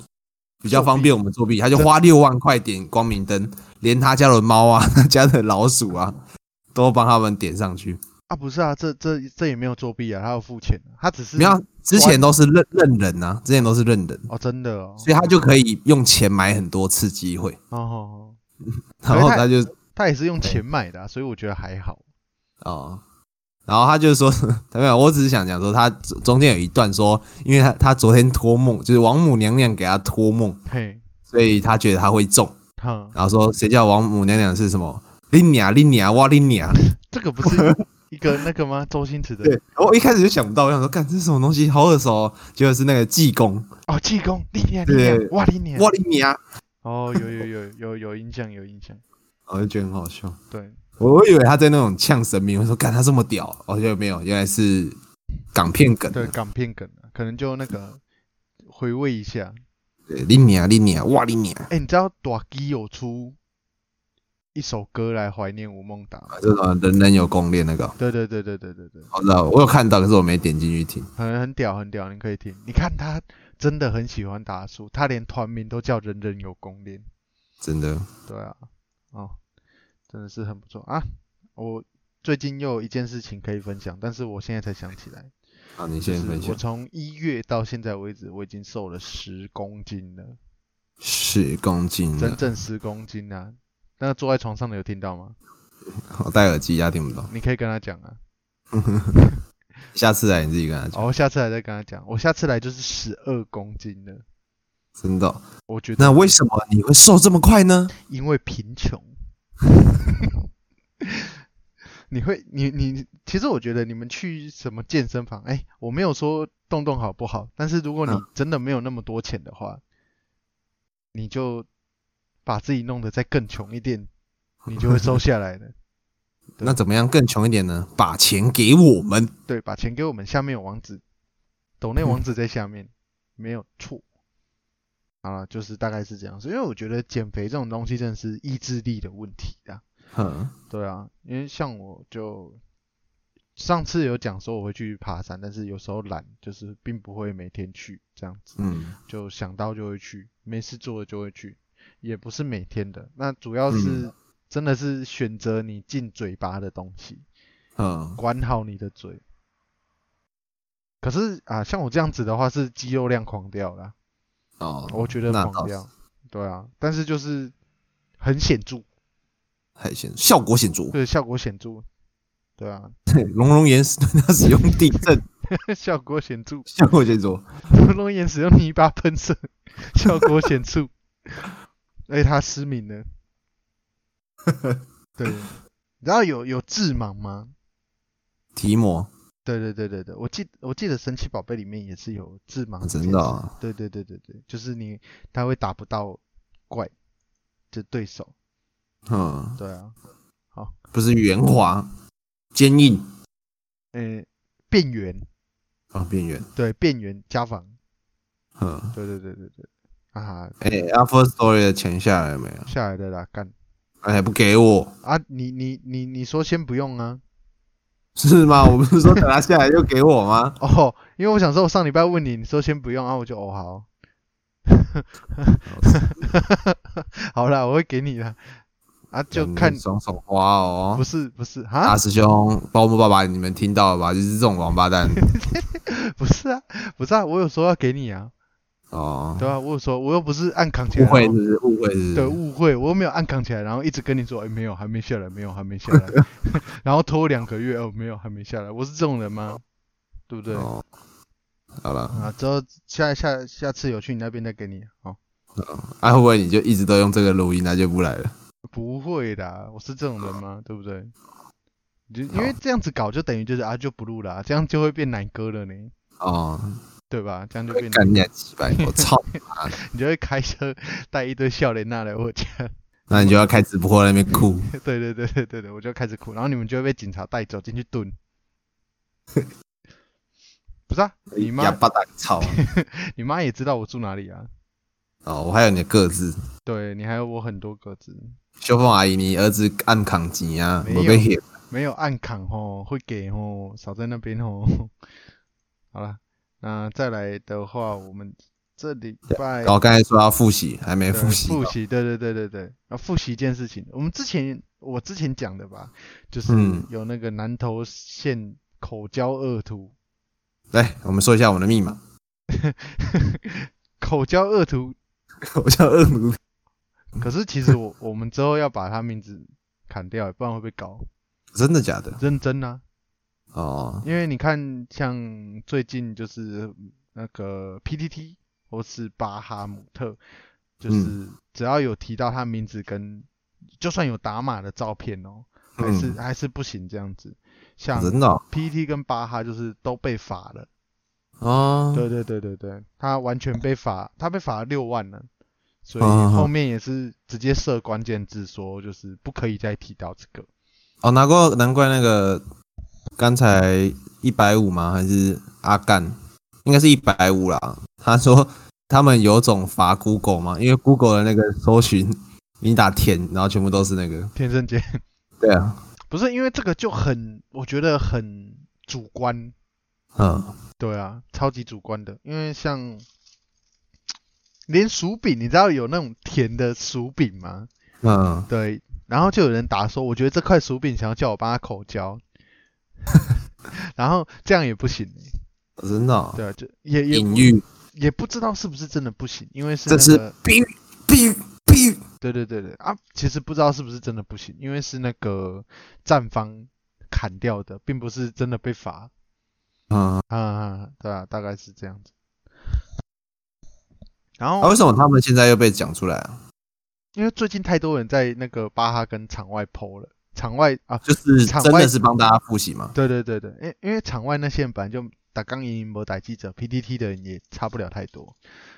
Speaker 3: 比较方便我们作弊。他就花六万块点光明灯，连他家的猫啊、 *laughs* 他家的老鼠啊，都帮他们点上去。
Speaker 2: 啊，不是啊，这这这也没有作弊啊，他要付钱，他只是
Speaker 3: 没有，啊之前都是认认人啊，之前都是认人。
Speaker 2: 哦，真的哦，
Speaker 3: 所以他就可以用钱买很多次机会，
Speaker 2: 哦哦哦，
Speaker 3: 然后他就
Speaker 2: 他也是用钱买的、啊，所以我觉得还好。
Speaker 3: 哦，然后他就说， *laughs* 他没有，我只是想讲说，他中中间有一段说，因为他他昨天托梦，就是王母娘娘给他托梦，
Speaker 2: 嘿，
Speaker 3: 所以他觉得他会中，
Speaker 2: 哼，
Speaker 3: 然后说谁叫王母娘娘是什么？林娘林娘哇林娘，
Speaker 2: 这个不是一个那个吗？周星驰的
Speaker 3: 对，我一开始就想不到，我想说，干这是什么东西，好耳熟、哦，结果是那个济公
Speaker 2: 哦，济公历年历
Speaker 3: 对
Speaker 2: 年哇历年
Speaker 3: 哇林娘，
Speaker 2: 哦，有有有有有印象有印象，
Speaker 3: 我就觉得很好笑，
Speaker 2: 对，
Speaker 3: 我我以为他在那种呛神明，我说干他这么屌，我觉得没有，原来是港片梗，
Speaker 2: 对港片梗啊，可能就那个回味一下。
Speaker 3: 对，林娘林娘哇林娘，
Speaker 2: 哎，你知道短基有出一首歌来怀念吴孟达吗？
Speaker 3: 这种人人有攻略那个。
Speaker 2: 对对对对对对对，
Speaker 3: 我知道，我有看到，可是我没点进去听。
Speaker 2: 很很屌很屌，你可以听。你看他真的很喜欢达叔，他连团名都叫人人有功练。
Speaker 3: 真的，
Speaker 2: 对啊，哦，真的是很不错啊！我最近又有一件事情可以分享，但是我现在才想起来，
Speaker 3: 好，你
Speaker 2: 就
Speaker 3: 先分
Speaker 2: 是我
Speaker 3: 享。
Speaker 2: 从一月到现在为止，我已经瘦了十公斤了，
Speaker 3: 十公斤
Speaker 2: 整
Speaker 3: 的，
Speaker 2: 整十公斤啊！那个坐在床上的有听到吗？
Speaker 3: 我戴耳机，他听不到。
Speaker 2: 你可以跟他讲啊，
Speaker 3: *laughs* 下次来你自己跟他讲。
Speaker 2: 哦，我下次还再跟他讲，我下次来就是十二公斤了，
Speaker 3: 真的哦，
Speaker 2: 我觉得
Speaker 3: 那为什么你会瘦这么快呢？
Speaker 2: 因为贫穷。 *laughs* 你会，你你，其实我觉得你们去什么健身房，哎，我没有说动动好不好，但是如果你
Speaker 3: 嗯
Speaker 2: 真的没有那么多钱的话，你就把自己弄得再更穷一点，你就会瘦下来的。对
Speaker 3: 那怎么样更穷一点呢？把钱给我们。
Speaker 2: 对，把钱给我们，下面有网址，抖内网址在下面，没有错。好了，就是大概是这样，所以因为我觉得减肥这种东西真的是意志力的问题啊。
Speaker 3: 哼，
Speaker 2: 对啊，因为像我就上次有讲说我会去爬山，但是有时候懒，就是并不会每天去这样子，
Speaker 3: 嗯，
Speaker 2: 就想到就会去，没事做了就会去，也不是每天的。那主要是
Speaker 3: 嗯
Speaker 2: 真的是选择你进嘴巴的东西，
Speaker 3: 哼，
Speaker 2: 管好你的嘴。可是啊，像我这样子的话，是肌肉量狂掉啦，
Speaker 3: 哦，
Speaker 2: 我觉得
Speaker 3: 那
Speaker 2: 狂
Speaker 3: 倒是
Speaker 2: 掉，对啊，但是就是很显著，
Speaker 3: 还显效果显著。 *laughs*
Speaker 2: 对，效果显著，对啊， *laughs*
Speaker 3: 龙龙岩石对他使用地震， *laughs*
Speaker 2: 效果显著。
Speaker 3: 效果显著。 *laughs*
Speaker 2: 龙龙岩使用泥巴喷射，效果显
Speaker 3: *laughs*
Speaker 2: 著。而且他失明了。对，你知道有有致盲吗？
Speaker 3: 提摩，
Speaker 2: 对对对对对，我记我记得神奇宝贝里面也是有致盲
Speaker 3: 啊
Speaker 2: 这
Speaker 3: 真
Speaker 2: 件
Speaker 3: 的
Speaker 2: 事
Speaker 3: 哦
Speaker 2: 对对对对对，就是你他会打不到怪的对手。
Speaker 3: 嗯，
Speaker 2: 对啊，好，
Speaker 3: 不是圆滑、坚硬
Speaker 2: 诶，呃变圆，
Speaker 3: 啊，变圆。
Speaker 2: 对，变圆家访，
Speaker 3: 嗯，
Speaker 2: 对对对对对，啊，
Speaker 3: 哎、a l p h a Story 的钱下来了没有？
Speaker 2: 下来的啦，干
Speaker 3: 哎，不给我
Speaker 2: 啊，你你你你说先不用啊，
Speaker 3: 是吗？我不是说等他下来就给我吗？
Speaker 2: 哦，因为我想说，我上礼拜问你，你说先不用啊，我就哦好， *laughs* 好啦，我会给你的，啊，就看
Speaker 3: 嗯爽爽花哦
Speaker 2: 不。是不是啊
Speaker 3: 大
Speaker 2: 哈，
Speaker 3: 师兄，包姆爸爸，你们听到了吧？就是这种王
Speaker 2: *laughs*
Speaker 3: 八蛋
Speaker 2: *laughs* 不是啊，不是啊，我有说要给你啊，
Speaker 3: 哦，
Speaker 2: 对啊，我有说，我又不是暗扛起
Speaker 3: 误
Speaker 2: 来，
Speaker 3: 会是
Speaker 2: 然后
Speaker 3: 不是误会是不
Speaker 2: 啊对
Speaker 3: 是，
Speaker 2: 误会，我又没有暗扛起来，然后一直跟你说，哎、没有，还没下来，没有，还没下来， *laughs* 然后拖两个月，哦，没有，还没下来，我是这种人吗？对不对？
Speaker 3: 哦，好了，
Speaker 2: 啊，之后下下下次有去你那边再给你哦。
Speaker 3: 啊，会不会你就一直都用这个录音，他就不来了？
Speaker 2: 不会的，我是这种人吗？对不对？你就因为这样子搞，就等于就是啊，就不录了啊、这样就会变奶哥了呢，
Speaker 3: 哦，
Speaker 2: 对吧？这样就变奶
Speaker 3: 干你几百，我操！
Speaker 2: *laughs* 你就会开车带一堆笑脸娜来我家， *laughs*
Speaker 3: 那你就要开直播在那边哭，
Speaker 2: 对对对对对对，我就开始哭，然后你们就会被警察带走进去蹲。 *laughs* 不是啊，你
Speaker 3: 哑
Speaker 2: 妈
Speaker 3: 巴蛋操！啊
Speaker 2: 你妈也知道我住哪里啊？
Speaker 3: 哦，我还有你的个子，
Speaker 2: 对你还有我很多个子，
Speaker 3: 修凤阿姨，你儿子暗扛钱啊，
Speaker 2: 没有
Speaker 3: 我被黑
Speaker 2: 没有暗扛吼，会给吼，少在那边吼。 *laughs* 好了，那再来的话，我们这礼拜
Speaker 3: 我刚才说要复习，还没
Speaker 2: 对
Speaker 3: 复习。哦
Speaker 2: 复习，对对对对对，要复习一件事情。我们之前我之前讲的吧，就是
Speaker 3: 嗯
Speaker 2: 有那个南投县口交恶徒， *laughs*
Speaker 3: 来，我们说一下我们的密码。 *laughs*
Speaker 2: 口交恶徒。
Speaker 3: 我叫恶奴。
Speaker 2: 可是其实我我们之后要把他名字砍掉，不然会被搞。
Speaker 3: 真的假的？
Speaker 2: 认真啊，
Speaker 3: 哦，
Speaker 2: 因为你看，像最近就是那个 PTT 或是巴哈姆特，就是
Speaker 3: 嗯
Speaker 2: 只要有提到他名字跟，就算有打码的照片哦，还是、
Speaker 3: 嗯
Speaker 2: 还是不行这样子。像
Speaker 3: 真的哦
Speaker 2: PT 跟巴哈就是都被罚了，
Speaker 3: 哦，
Speaker 2: 对对对对对，他完全被罚，他被罚了六万了，所以
Speaker 3: 嗯嗯嗯
Speaker 2: 后面也是直接设关键字说就是不可以再提到这个。
Speaker 3: 哦，难怪难怪那个刚才一百五吗？还是阿干？应该是一百五啦。他说他们有种罚 Google 吗？因为 Google 的那个搜寻，你打田，然后全部都是那个。
Speaker 2: 天生姐
Speaker 3: 对啊，
Speaker 2: *laughs* 不是因为这个就很，我觉得很主观，
Speaker 3: 嗯，
Speaker 2: 对啊，超级主观的，因为像连薯饼，你知道有那种甜的薯饼吗？
Speaker 3: 嗯，
Speaker 2: 对，然后就有人答说，我觉得这块薯饼想要叫我帮他口交， *laughs* 然后这样也不行欸、
Speaker 3: 真的哦、
Speaker 2: 对啊，就也也
Speaker 3: 隐
Speaker 2: 不
Speaker 3: 喻，
Speaker 2: 也不知道是不是真的不行，因为是
Speaker 3: 这
Speaker 2: 那
Speaker 3: 是
Speaker 2: 个
Speaker 3: 比喻，比喻，比喻。
Speaker 2: 对对对对啊，其实不知道是不是真的不行，因为是那个站方砍掉的，并不是真的被罚
Speaker 3: 嗯，
Speaker 2: 啊啊，对啊，大概是这样子。然后
Speaker 3: 啊，为什么他们现在又被讲出来啊？
Speaker 2: 因为最近太多人在那个巴哈跟场外 PO 了，场外啊，
Speaker 3: 就是
Speaker 2: 场
Speaker 3: 真
Speaker 2: 外
Speaker 3: 的是帮大家复习吗？
Speaker 2: 对对对对，因因为场外那些人本来就打刚赢没打记者，PTT 的人也差不了太多，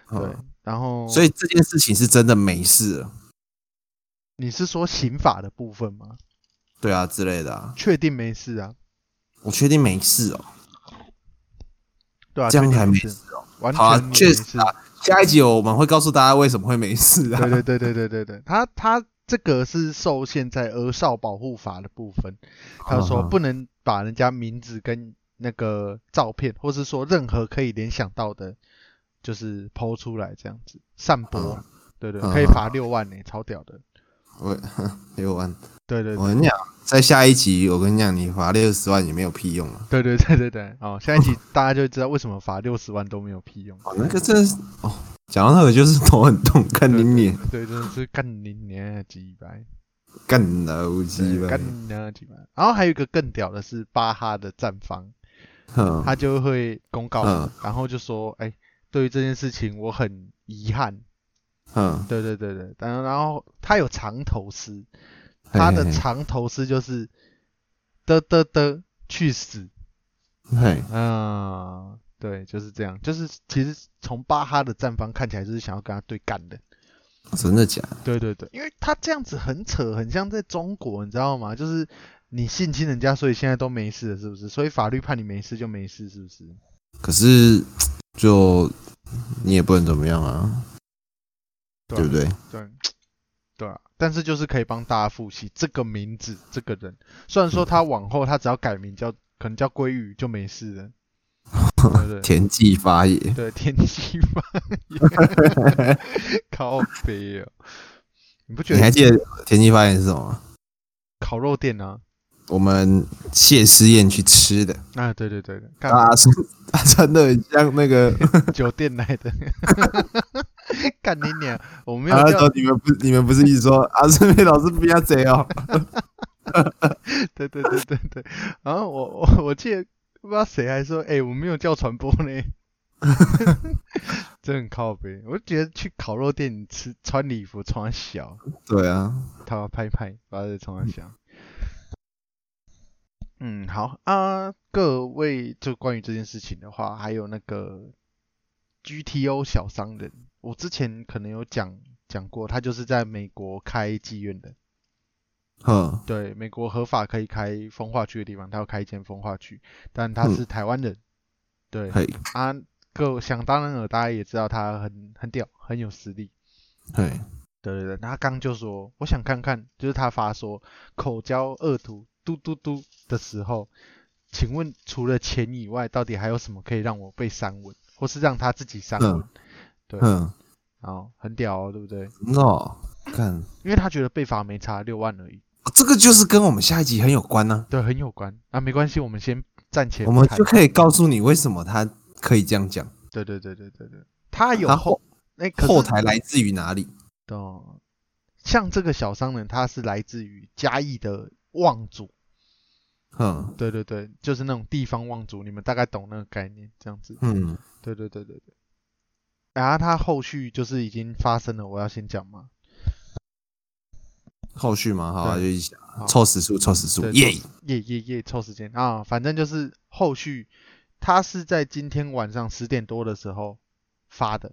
Speaker 2: 对，哦
Speaker 3: 嗯，
Speaker 2: 然后
Speaker 3: 所以这件事情是真的没事了，
Speaker 2: 你是说刑法的部分吗？
Speaker 3: 对啊之类的啊，
Speaker 2: 确定没事啊？
Speaker 3: 我确定没事哦，
Speaker 2: 对啊，
Speaker 3: 这样
Speaker 2: 确定
Speaker 3: 还
Speaker 2: 没
Speaker 3: 没
Speaker 2: 事
Speaker 3: 事，哦。
Speaker 2: 完
Speaker 3: 好啊
Speaker 2: 全，没
Speaker 3: 确
Speaker 2: 事
Speaker 3: 实。啊，下一集我们会告诉大家为什么会没事啊。
Speaker 2: 对对对对对对对，他他这个是受限在《儿少保护法》的部分，他说
Speaker 3: 嗯嗯
Speaker 2: 不能把人家名字跟那个照片，或是说任何可以联想到的，就是抛出来这样子散播，对对，
Speaker 3: 嗯
Speaker 2: 可以
Speaker 3: 嗯
Speaker 2: 罚六万呢、超屌的，
Speaker 3: 我六万，
Speaker 2: 对对
Speaker 3: 我跟你讲，在下一集我跟你讲，你罚六十万也没有屁用啊。
Speaker 2: 对 *laughs* 对对对对，哦，下一集大家就知道为什么罚六十万都没有屁用，
Speaker 3: *laughs* 哦，那个真的是哦，讲到那个就是头很痛，干你脸，
Speaker 2: 对，真的是干你娘几百，
Speaker 3: 干老鸡
Speaker 2: 对
Speaker 3: 巴
Speaker 2: 干，你娘几百，然后还有一个更屌的是巴哈的战方。
Speaker 3: 嗯，
Speaker 2: 他就会公告，
Speaker 3: 嗯
Speaker 2: 然后就说：“哎、对于这件事情我很遗憾。
Speaker 3: 嗯”，
Speaker 2: 对对对对，然后然后他有长头诗，他的
Speaker 3: 嘿嘿
Speaker 2: 长头诗就是“的的的去死
Speaker 3: 嘿，”，
Speaker 2: 嗯，对，就是这样，就是其实从巴哈的战方看起来就是想要跟他对干的，
Speaker 3: 真的假的？
Speaker 2: 对对对，因为他这样子很扯，很像在中国，你知道吗？就是你性侵人家，所以现在都没事了，是不是？所以法律判你没事就没事，是不是？
Speaker 3: 可是就你也不能怎么样啊，
Speaker 2: 对啊
Speaker 3: 对不？对？
Speaker 2: 对，对啊。但是就是可以帮大家复习这个名字，这个人。虽然说他往后他只要改名叫，可能叫鲑鱼就没事
Speaker 3: *laughs*
Speaker 2: 了。对对
Speaker 3: 田忌发也，
Speaker 2: 对，天气吧，
Speaker 3: *laughs*
Speaker 2: 靠北哦。你不觉
Speaker 3: 你还
Speaker 2: 得
Speaker 3: 记得田忌发也是什么吗？
Speaker 2: 烤肉店啊？
Speaker 3: 我们谢师宴去吃的，
Speaker 2: 啊，对对对对，干嘛
Speaker 3: 啊， *laughs* 穿他穿的很像那个，
Speaker 2: 酒店来
Speaker 3: *laughs*
Speaker 2: 的， *laughs* 干你娘！我没有
Speaker 3: 然后他
Speaker 2: 叫
Speaker 3: 啊说你们不你们不是一直说啊，顺便老师不要
Speaker 2: *laughs*
Speaker 3: 这样，
Speaker 2: 对对对对对。然后我我我记得不知道谁还说，哎、我没有叫传播呢，真的很靠背。我就觉得去烤肉店你吃穿礼服穿小，
Speaker 3: 对啊，
Speaker 2: 他要拍拍，把这穿小。嗯，好啊，各位，就关于这件事情的话，还有那个 GTO 小商人，我之前可能有讲讲过，他就是在美国开妓院的。
Speaker 3: 哼，
Speaker 2: 对，美国合法可以开风化区的地方，他要开一间风化区，但他
Speaker 3: 嗯
Speaker 2: 是台湾人，对
Speaker 3: 嘿，
Speaker 2: 啊，各想当然尔，大家也知道他很很屌，很有实力，
Speaker 3: 嘿，
Speaker 2: 对对对。那他刚就说，我想看看，就是他发说口交恶徒嘟嘟嘟的时候，请问除了钱以外，到底还有什么可以让我被删文，或是让他自己删文？
Speaker 3: 嗯嗯，
Speaker 2: 然后很屌哦，对不对？
Speaker 3: 那看
Speaker 2: 因为他觉得被罚没差六万而已，
Speaker 3: 这个就是跟我们下一集很有关呢、
Speaker 2: 对，很有关。啊，没关系，我们先暂且
Speaker 3: 我
Speaker 2: 不
Speaker 3: 们
Speaker 2: 谈
Speaker 3: 就可以告诉你为什么他可以这样讲，
Speaker 2: 对对对对对对，他有
Speaker 3: 他
Speaker 2: 后
Speaker 3: 后
Speaker 2: 那、可是
Speaker 3: 后台来自于哪里？
Speaker 2: 哦，像这个小商人，他是来自于嘉义的望族，
Speaker 3: 嗯
Speaker 2: 对对对，就是那种地方望族，你们大概懂那个概念，这样子。
Speaker 3: 嗯，
Speaker 2: 对对对对对。然后他后续就是已经发生了，我要先讲嘛。
Speaker 3: 后续嘛，好、啊，就
Speaker 2: 对
Speaker 3: 一起
Speaker 2: 好
Speaker 3: 凑时数，凑时数
Speaker 2: 对，
Speaker 3: 耶、
Speaker 2: 耶耶耶，凑时间啊！反正就是后续，他是在今天晚上十点多的时候发的，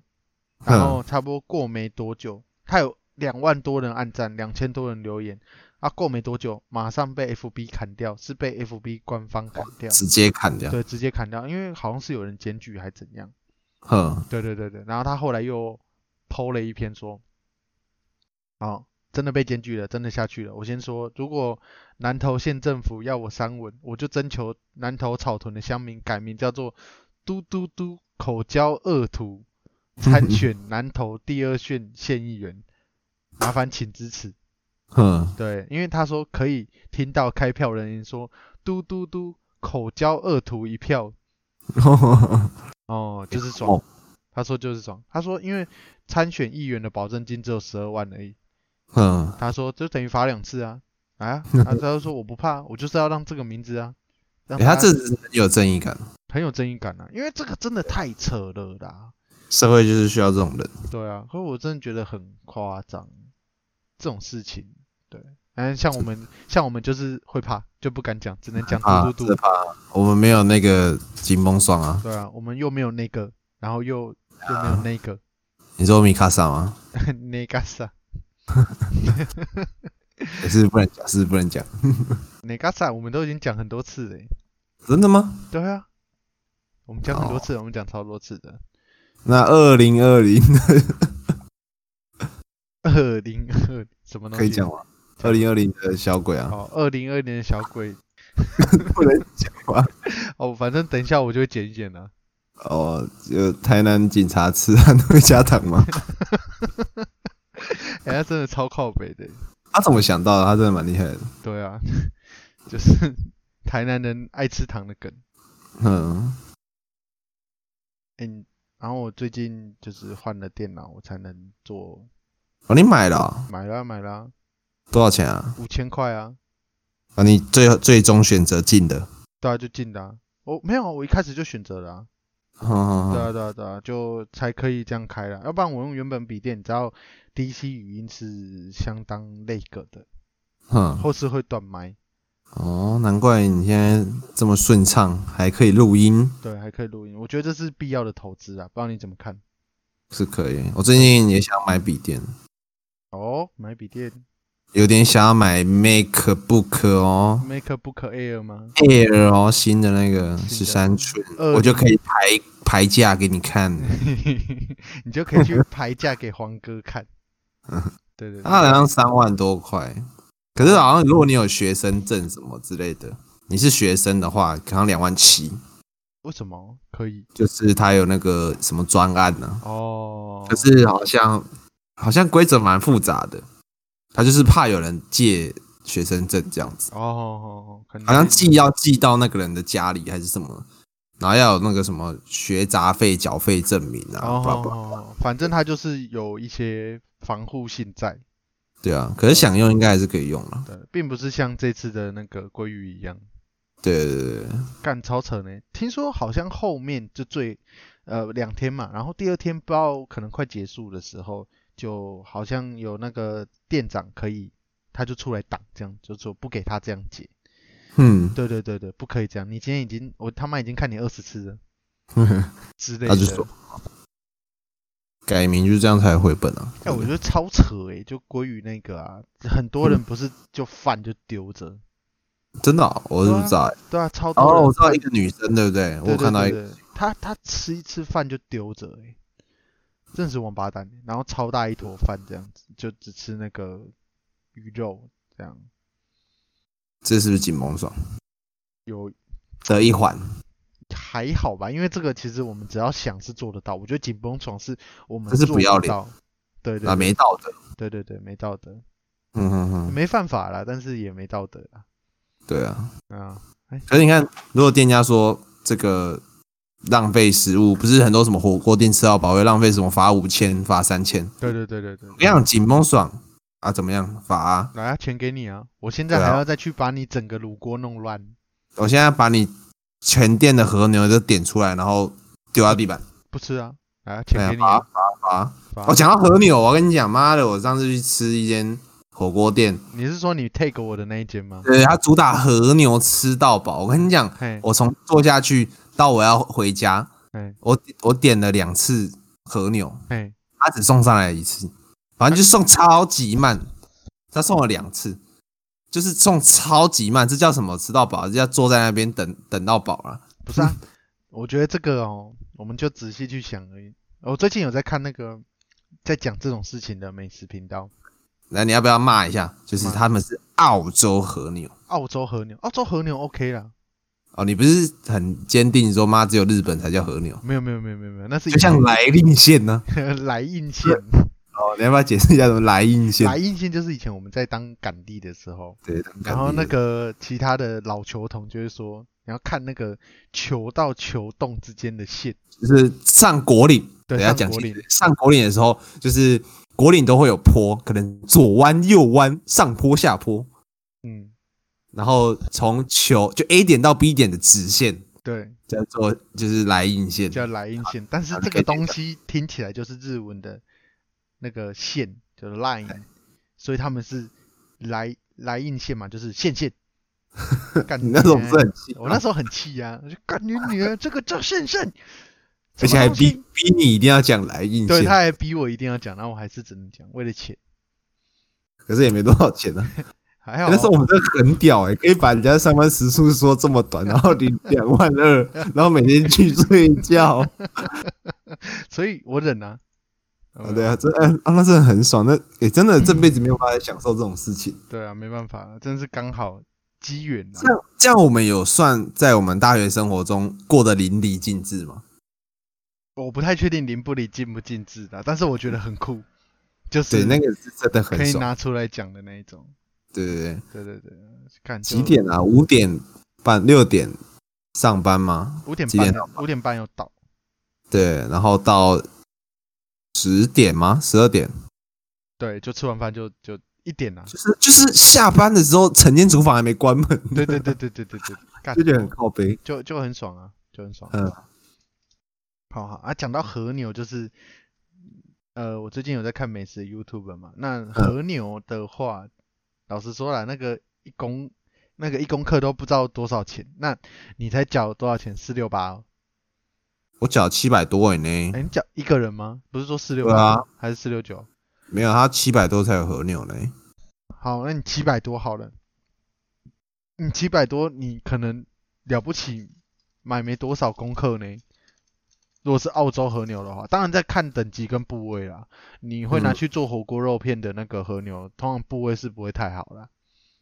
Speaker 3: 嗯
Speaker 2: 然后差不多过没多久，他有两万多人按赞，两千多人留言，啊，过没多久马上被 FB 砍掉，是被 FB 官方砍掉，
Speaker 3: 直接砍掉，
Speaker 2: 对，直接砍掉，因为好像是有人检举还怎样，
Speaker 3: 哼，
Speaker 2: 对对对对，然后他后来又剖了一篇说，哦，真的被检举了，真的下去了。我先说，如果南投县政府要我删文，我就征求南投草屯的乡民改名叫做“嘟嘟嘟口交恶徒”，参选南投第二县县议员，麻烦请支持。
Speaker 3: 哼，
Speaker 2: 对，因为他说可以听到开票人员说“嘟嘟嘟口交恶徒一票”，哦， *laughs* 就是爽。
Speaker 3: 哦
Speaker 2: 他说就是爽。他说因为参选议员的保证金只有十二万而已。
Speaker 3: 哼，
Speaker 2: 他说就等于罚两次啊
Speaker 3: *laughs*
Speaker 2: 啊！他他就说我不怕，我就是要让这个名字啊，让
Speaker 3: 欸他
Speaker 2: 大
Speaker 3: 这
Speaker 2: 家
Speaker 3: 人有正义感，
Speaker 2: 很有正义感啊，因为这个真的太扯了啦。
Speaker 3: 社会就是需要这种人。
Speaker 2: 对啊，可是我真的觉得很夸张，这种事情。对，嗯，像我们像我们就是会怕，就不敢讲，只能讲
Speaker 3: 啊，
Speaker 2: 嘟嘟
Speaker 3: 这
Speaker 2: 嘟。
Speaker 3: 怕我们没有那个金风霜啊，
Speaker 2: 对啊，我们又没有那个，然后又又没有那个。 *laughs* E
Speaker 3: 你说米卡萨吗？
Speaker 2: 那个
Speaker 3: *laughs*
Speaker 2: 啥，E
Speaker 3: 也是不能讲，是不能讲，
Speaker 2: 那个啥，我们都已经讲很多次了欸。
Speaker 3: 真的吗？
Speaker 2: 对啊，我们讲很多
Speaker 3: 哦
Speaker 2: 次，我们讲超多次的。
Speaker 3: 那二零二零
Speaker 2: 二零二什么东西
Speaker 3: 可以讲？吗？二零二零的小鬼啊，
Speaker 2: 好，二零二年的小鬼啊
Speaker 3: 不能讲吗？
Speaker 2: 哦，反正等一下我就会剪一剪了、 *laughs*
Speaker 3: 哦，有台南警察吃安慰家糖吗？ *laughs*
Speaker 2: 哎、他真的超靠北的欸，
Speaker 3: 他怎么想到的？他真的蛮厉害的。
Speaker 2: 对啊，就是台南人爱吃糖的梗。
Speaker 3: 嗯，
Speaker 2: 哎、你然后我最近就是换了电脑，我才能做
Speaker 3: 哦，你买了哦、
Speaker 2: 买啦买啦，
Speaker 3: 多少钱啊？
Speaker 2: 五千块啊，
Speaker 3: 啊，你最最终选择进的。
Speaker 2: 对啊就进啦、我、没有啊，我一开始就选择了、啊，
Speaker 3: 哦哦
Speaker 2: 对
Speaker 3: 哦
Speaker 2: 啊对啊对啊，就才可以这样开啦，要不然我用原本笔电，你知道 DC 语音是相当那个的，
Speaker 3: 嗯，
Speaker 2: 后是会断麦，
Speaker 3: 哦，难怪你现在这么顺畅，还可以录音，
Speaker 2: 对，还可以录音，我觉得这是必要的投资啦，不知道你怎么看？
Speaker 3: 是可以。我最近也想买笔电，
Speaker 2: 哦，买笔电
Speaker 3: 有点想要买 MacBook 哦
Speaker 2: MacBook Air 吗？
Speaker 3: ，Air 哦，新的那个
Speaker 2: 新
Speaker 3: 十
Speaker 2: 的
Speaker 3: 三寸，
Speaker 2: 呃
Speaker 3: 我就可以排排价给你看。
Speaker 2: *laughs* 你就可以去排价给黄哥看。
Speaker 3: 嗯
Speaker 2: 对对对，
Speaker 3: 它好像三万多块，可是好像如果你有学生证什么之类的，你是学生的话，可能两万七，
Speaker 2: 为什么可以？
Speaker 3: 就是它有那个什么专案啊呢、
Speaker 2: 哦，
Speaker 3: 可是好像好像规则蛮复杂的，他就是怕有人借学生证这样子，
Speaker 2: 哦哦哦，可能
Speaker 3: 好像寄要寄到那个人的家里还是什么，然后要有那个什么学杂费缴费证明啊，
Speaker 2: 哦
Speaker 3: 不不，
Speaker 2: 哦，反正它就是有一些防护性在
Speaker 3: 对啊，可是想用应该还是可以用啊了，
Speaker 2: 的，并不是像这次的那个鲑鱼一样
Speaker 3: 对对对对，
Speaker 2: 干超扯呢。听说好像后面就最呃两天嘛，然后第二天不知道可能快结束的时候，就好像有那个店长可以，他就出来挡，这样就说不给他这样解。
Speaker 3: 嗯，
Speaker 2: 对对对对，不可以这样。你今天已经，我他妈已经看你二十次了之类的。
Speaker 3: 嗯他就说改名就是这样才回本啊，
Speaker 2: 哎、我觉得超扯哎、就鲑鱼那个啊，很多人不是就饭就丢着，
Speaker 3: 真的哦、我是不知道欸、
Speaker 2: 对啊，超多人
Speaker 3: 哦，我知道
Speaker 2: 饭
Speaker 3: 一个女生，对不对？
Speaker 2: 对
Speaker 3: 我看到一
Speaker 2: 对
Speaker 3: 个，
Speaker 2: 对对他他吃一吃饭就丢着哎、欸，真的是王八蛋、欸。然后超大一坨饭这样子，就只吃那个鱼肉这样，
Speaker 3: 这是不是紧绷爽
Speaker 2: 有
Speaker 3: 的一环？
Speaker 2: 还好吧？因为这个其实我们只要想是做得到，我觉得紧绷床是我们
Speaker 3: 这是
Speaker 2: 做
Speaker 3: 不要脸
Speaker 2: 到，对对
Speaker 3: 啊，没道德。
Speaker 2: 对对对，没道德，
Speaker 3: 嗯哼哼，
Speaker 2: 没犯法啦，但是也没道德啦。
Speaker 3: 对啊。
Speaker 2: 啊，
Speaker 3: 可是你看，如果店家说这个浪费食物，不是很多什么火锅店吃到饱会浪费什么罚五千、罚三千，
Speaker 2: 对对对对对，
Speaker 3: 这样紧绷爽啊？怎么样罚啊、
Speaker 2: 来啊，钱给你啊！我现在
Speaker 3: 对
Speaker 2: 还
Speaker 3: 啊
Speaker 2: 要再去把你整个卤锅弄乱，
Speaker 3: 我现在把你全店的和牛都点出来，然后丢到地板。
Speaker 2: 不吃啊！来啊，
Speaker 3: 哎
Speaker 2: 钱
Speaker 3: 呀
Speaker 2: 给你
Speaker 3: 罚
Speaker 2: 啊！
Speaker 3: 罚罚！哦
Speaker 2: 罚
Speaker 3: 我讲到和牛，我跟你讲，妈的，我上次去吃一间火锅店，
Speaker 2: 你是说你 take 我的那一间吗？
Speaker 3: 对，它主打和牛吃到饱。我跟你讲，
Speaker 2: 嘿，
Speaker 3: 我从坐下去到我要回家
Speaker 2: 嗯，
Speaker 3: 我我点了两次和牛，
Speaker 2: 嘿，
Speaker 3: 他只送上来一次，反正就送超级慢，他送了两次，就是送超级慢，这叫什么？吃到饱，这叫坐在那边等等到饱了。
Speaker 2: 不 *laughs* 是啊，我觉得这个哦，我们就仔细去想而已。我最近有在看那个在讲这种事情的美食频道，
Speaker 3: 来，你要不要骂一下？就是
Speaker 2: 骂
Speaker 3: 他们是澳洲和牛
Speaker 2: 澳洲和牛，澳洲和牛 OK 啦，
Speaker 3: 哦，你不是很坚定说妈只有日本才叫和牛？
Speaker 2: 没有没有没有没有没有，那是
Speaker 3: 就像来令线呢、
Speaker 2: *laughs* 来印线，
Speaker 3: 哦，你要不要解释一下什么来令线？
Speaker 2: 来印线就是以前我们在当赶地的时候，
Speaker 3: 对，
Speaker 2: 然后那个其他的老球童就会说，你要看那个球到球洞之间的线，
Speaker 3: 就是上果岭，
Speaker 2: 对
Speaker 3: 等一下
Speaker 2: 上
Speaker 3: 讲
Speaker 2: 果
Speaker 3: 清楚
Speaker 2: 岭。
Speaker 3: 上果岭的时候，就是果岭都会有坡，可能左弯、右弯、上坡、下坡，
Speaker 2: 嗯，
Speaker 3: 然后从球就 A 点到 B 点的直线
Speaker 2: 对，
Speaker 3: 叫做就是来印线，
Speaker 2: 叫来印线，但是
Speaker 3: 啊
Speaker 2: 这
Speaker 3: 可以
Speaker 2: 个
Speaker 3: 理解
Speaker 2: 东西听起来就是日文的那个线，就是 line，所以他们是来来印线嘛，就是线
Speaker 3: *laughs*
Speaker 2: 线。干
Speaker 3: 你那时候不是很气
Speaker 2: 你啊娘我那时候很气呀、我就干你女儿这个叫线线，
Speaker 3: *laughs* 而且还
Speaker 2: 什么东西
Speaker 3: 逼逼你一定要讲来印
Speaker 2: 对，他
Speaker 3: 线，
Speaker 2: 还逼我一定要讲，然后我还是只能讲，为了钱，
Speaker 3: 可是也没多少钱
Speaker 2: *laughs*
Speaker 3: 啊。
Speaker 2: 还好
Speaker 3: 那时候我们真的很屌哎、可以把人家上班时速说这
Speaker 2: *laughs*
Speaker 3: 么短，然后领两万二，然后每天去睡
Speaker 2: *laughs*
Speaker 3: 觉。
Speaker 2: 所以我忍啊。
Speaker 3: 啊，对啊，这哎啊，那真的很爽。那也、真的这辈子没有办法享受这种事情。
Speaker 2: 对啊，没办法，真是刚好机缘
Speaker 3: 这
Speaker 2: 啊。
Speaker 3: 样这样，我们有算在我们大学生活中过得淋漓尽致吗？
Speaker 2: 我不太确定林布里进不进制的，但是我觉得很酷，就是
Speaker 3: 对，那个是真的
Speaker 2: 可
Speaker 3: 很
Speaker 2: 以
Speaker 3: 爽。
Speaker 2: 拿出来讲的那一种。
Speaker 3: 对对对，
Speaker 2: 对对对，看
Speaker 3: 几？点啊？五点半、六点上班吗？
Speaker 2: 就五点
Speaker 3: 几点
Speaker 2: 半，五点半要到，
Speaker 3: 对，然后到十点吗？十二点？
Speaker 2: 对，就吃完饭就就一点啊
Speaker 3: *laughs*
Speaker 2: 啦。
Speaker 3: 就是就是下班的时候，晨间厨房还没关门，
Speaker 2: 对对对对对对对，干
Speaker 3: *laughs* 就觉得很靠背。
Speaker 2: 就就很爽啊，就很爽。
Speaker 3: 嗯，
Speaker 2: 好好啊，讲到和牛，就是呃，我最近有在看美食 YouTube 嘛。那
Speaker 3: 嗯
Speaker 2: 和牛的话，老实说啦，那个一公那个一公克都不知道多少钱，那你才缴多少钱？四六八？哦
Speaker 3: 我缴七百多哎呢
Speaker 2: 哎，，你缴一个人吗？不是说四六
Speaker 3: 对
Speaker 2: 八
Speaker 3: 啊
Speaker 2: 还是四六九？
Speaker 3: 没有，它七百多才有和牛嘞。
Speaker 2: 好，那你七百多好了，你七百多，你可能了不起买没多少功课呢。如果是澳洲和牛的话，当然在看等级跟部位啦。你会拿
Speaker 3: 嗯
Speaker 2: 去做火锅肉片的那个和牛，通常部位是不会太好啦。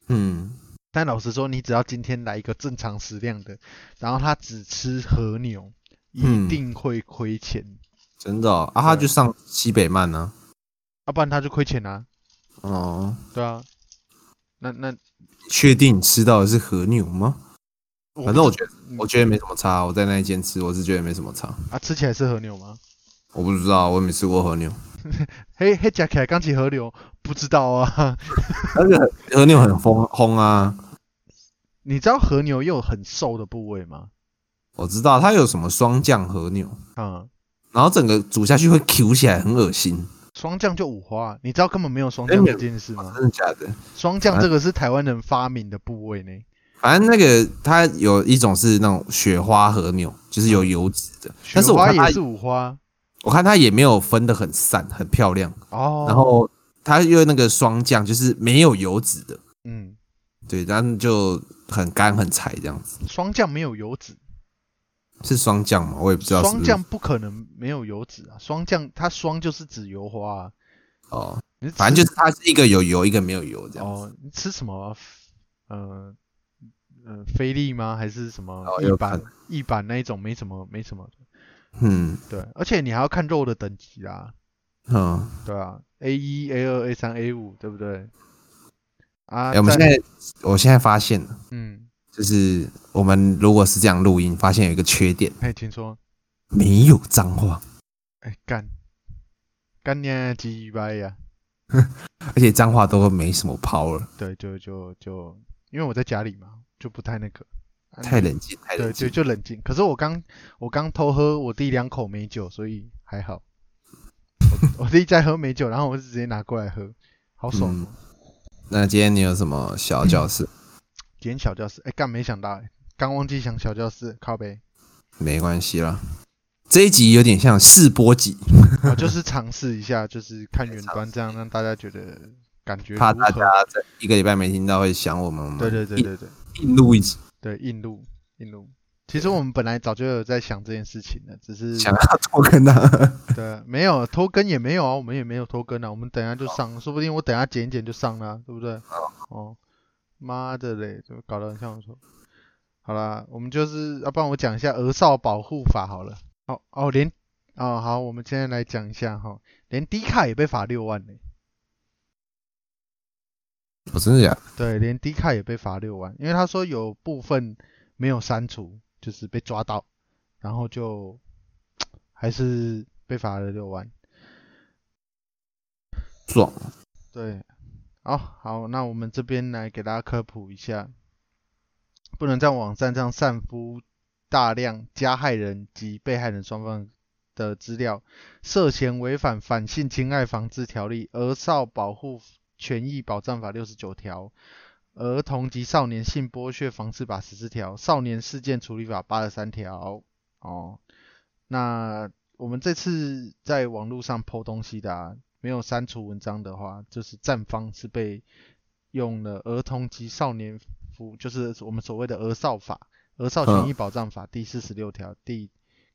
Speaker 3: 嗯，
Speaker 2: 但老实说，你只要今天来一个正常食量的，然后他只吃和牛，一
Speaker 3: 嗯
Speaker 2: 定会亏钱，
Speaker 3: 真的、哦、啊，它
Speaker 2: 对
Speaker 3: 就上西北曼呢、
Speaker 2: 要、不然他就亏钱啊。
Speaker 3: 哦，
Speaker 2: 对啊，那那
Speaker 3: 确定你吃到的是和牛吗？
Speaker 2: 我
Speaker 3: 反正我
Speaker 2: 不知
Speaker 3: 觉得，我觉得没什么差。啊我在那一间吃，我是觉得没什么差。
Speaker 2: 啊，吃起来是和牛吗？
Speaker 3: 我不知道，我也没吃过和牛，
Speaker 2: 嘿嘿，加起来刚起和牛，不知道啊。
Speaker 3: *laughs*
Speaker 2: *laughs*
Speaker 3: 那个和牛很疯烘啊。
Speaker 2: 你知道和牛又有很瘦的部位吗？
Speaker 3: 我知道它有什么双酱和牛，
Speaker 2: 啊、
Speaker 3: 然后整个煮下去会 Q 起来，很恶心。
Speaker 2: 双酱就五花，啊你知道根本没有双
Speaker 3: 哎
Speaker 2: 酱
Speaker 3: 没
Speaker 2: 这
Speaker 3: 有
Speaker 2: 件事吗？
Speaker 3: 真的假的？
Speaker 2: 双酱这个是台湾人发明的部位呢，
Speaker 3: 反正那个它有一种是那种雪花和牛，就是有油脂的，
Speaker 2: 雪
Speaker 3: 但是我
Speaker 2: 花
Speaker 3: 看它
Speaker 2: 也是五花啊
Speaker 3: 我看它也没有分的很散，很漂亮。
Speaker 2: 哦。
Speaker 3: 然后它又那个双酱，就是没有油脂的，
Speaker 2: 嗯，
Speaker 3: 对，然后就很干很柴这样子。
Speaker 2: 双酱没有油脂，
Speaker 3: 是双酱吗？我也不知道是
Speaker 2: 双
Speaker 3: 不是。
Speaker 2: 酱不可能没有油脂啊。双酱它双就是指油花、啊，
Speaker 3: 哦，
Speaker 2: 你吃
Speaker 3: 反正就是它是一个有油，一个没有油这样子。
Speaker 2: 哦，你吃什么啊？呃呃，菲力吗？还是什么
Speaker 3: 哦
Speaker 2: 一
Speaker 3: 有可
Speaker 2: 板
Speaker 3: 能
Speaker 2: 一板那一种？没什么，没什么的。
Speaker 3: 嗯
Speaker 2: 对，而且你还要看肉的等级啊，
Speaker 3: 嗯，
Speaker 2: 对啊，A 一、A 二、A 三、A 五，对不对？啊，
Speaker 3: 哎、我们
Speaker 2: 在
Speaker 3: 现在我现在发现了，
Speaker 2: 嗯，
Speaker 3: 就是我们如果是这样录音，发现有一个缺点，
Speaker 2: 嘿，请说，
Speaker 3: 没有脏话， *laughs*
Speaker 2: 哎，干干娘鸡掰呀！
Speaker 3: 而且脏话都没什么 power，
Speaker 2: 对，就就就，因为我在家里嘛，就不太那个，啊
Speaker 3: 太，冷静，太
Speaker 2: 你
Speaker 3: 冷
Speaker 2: 对，就就
Speaker 3: 静。
Speaker 2: 冷静。可是我刚我刚偷喝我弟两口美酒，所以还好。我我弟在喝美酒，然后我就直接拿过来喝，好爽
Speaker 3: 嗯
Speaker 2: 哦。
Speaker 3: 那今天你有什么小教室？
Speaker 2: 点小教室，哎，干，没想到，哎刚忘记想小教室，靠背。
Speaker 3: 没关系啦，这一集有点像试播集，
Speaker 2: 我哦就是尝试一下，就是看远端，这样让大家觉得感觉
Speaker 3: 怕
Speaker 2: 如
Speaker 3: 大
Speaker 2: 何
Speaker 3: 家在一个礼拜没听到会想我们。我们
Speaker 2: 对对对对对
Speaker 3: 一，硬录一集，
Speaker 2: 对，印度印度。其实我们本来早就有在想这件事情了，只是
Speaker 3: 想要拖更 *laughs* 啊。
Speaker 2: 对没有拖更也没有啊，我们也没有拖更啊，我们等一下就上，说不定我等一下剪一剪就上了啊、对不对？哦，妈的嘞，就搞得很像我说。好啦，我们就是要帮我讲一下儿少保护法好了。好哦，连哦好，我们现在来讲一下哈、连低卡也被罚六万呢、
Speaker 3: 我真的假的？
Speaker 2: 对，连迪卡也被罚六万，因为他说有部分没有删除，就是被抓到，然后就还是被罚了六万。
Speaker 3: 爽。
Speaker 2: 对，好好，那我们这边来给大家科普一下，不能在网站上散布大量加害人及被害人双方的资料，涉嫌违反《反性侵害防治条例》《儿少保护权益保障法》六十九条。儿童及少年性剥削防治法十四条，少年事件处理法八十三条。哦，那我们这次在网络上剖东西的、啊，没有删除文章的话，就是站方是被用了《儿童及少年服》，就是我们所谓的《儿少法》《儿少权益保障法》第四十六条、第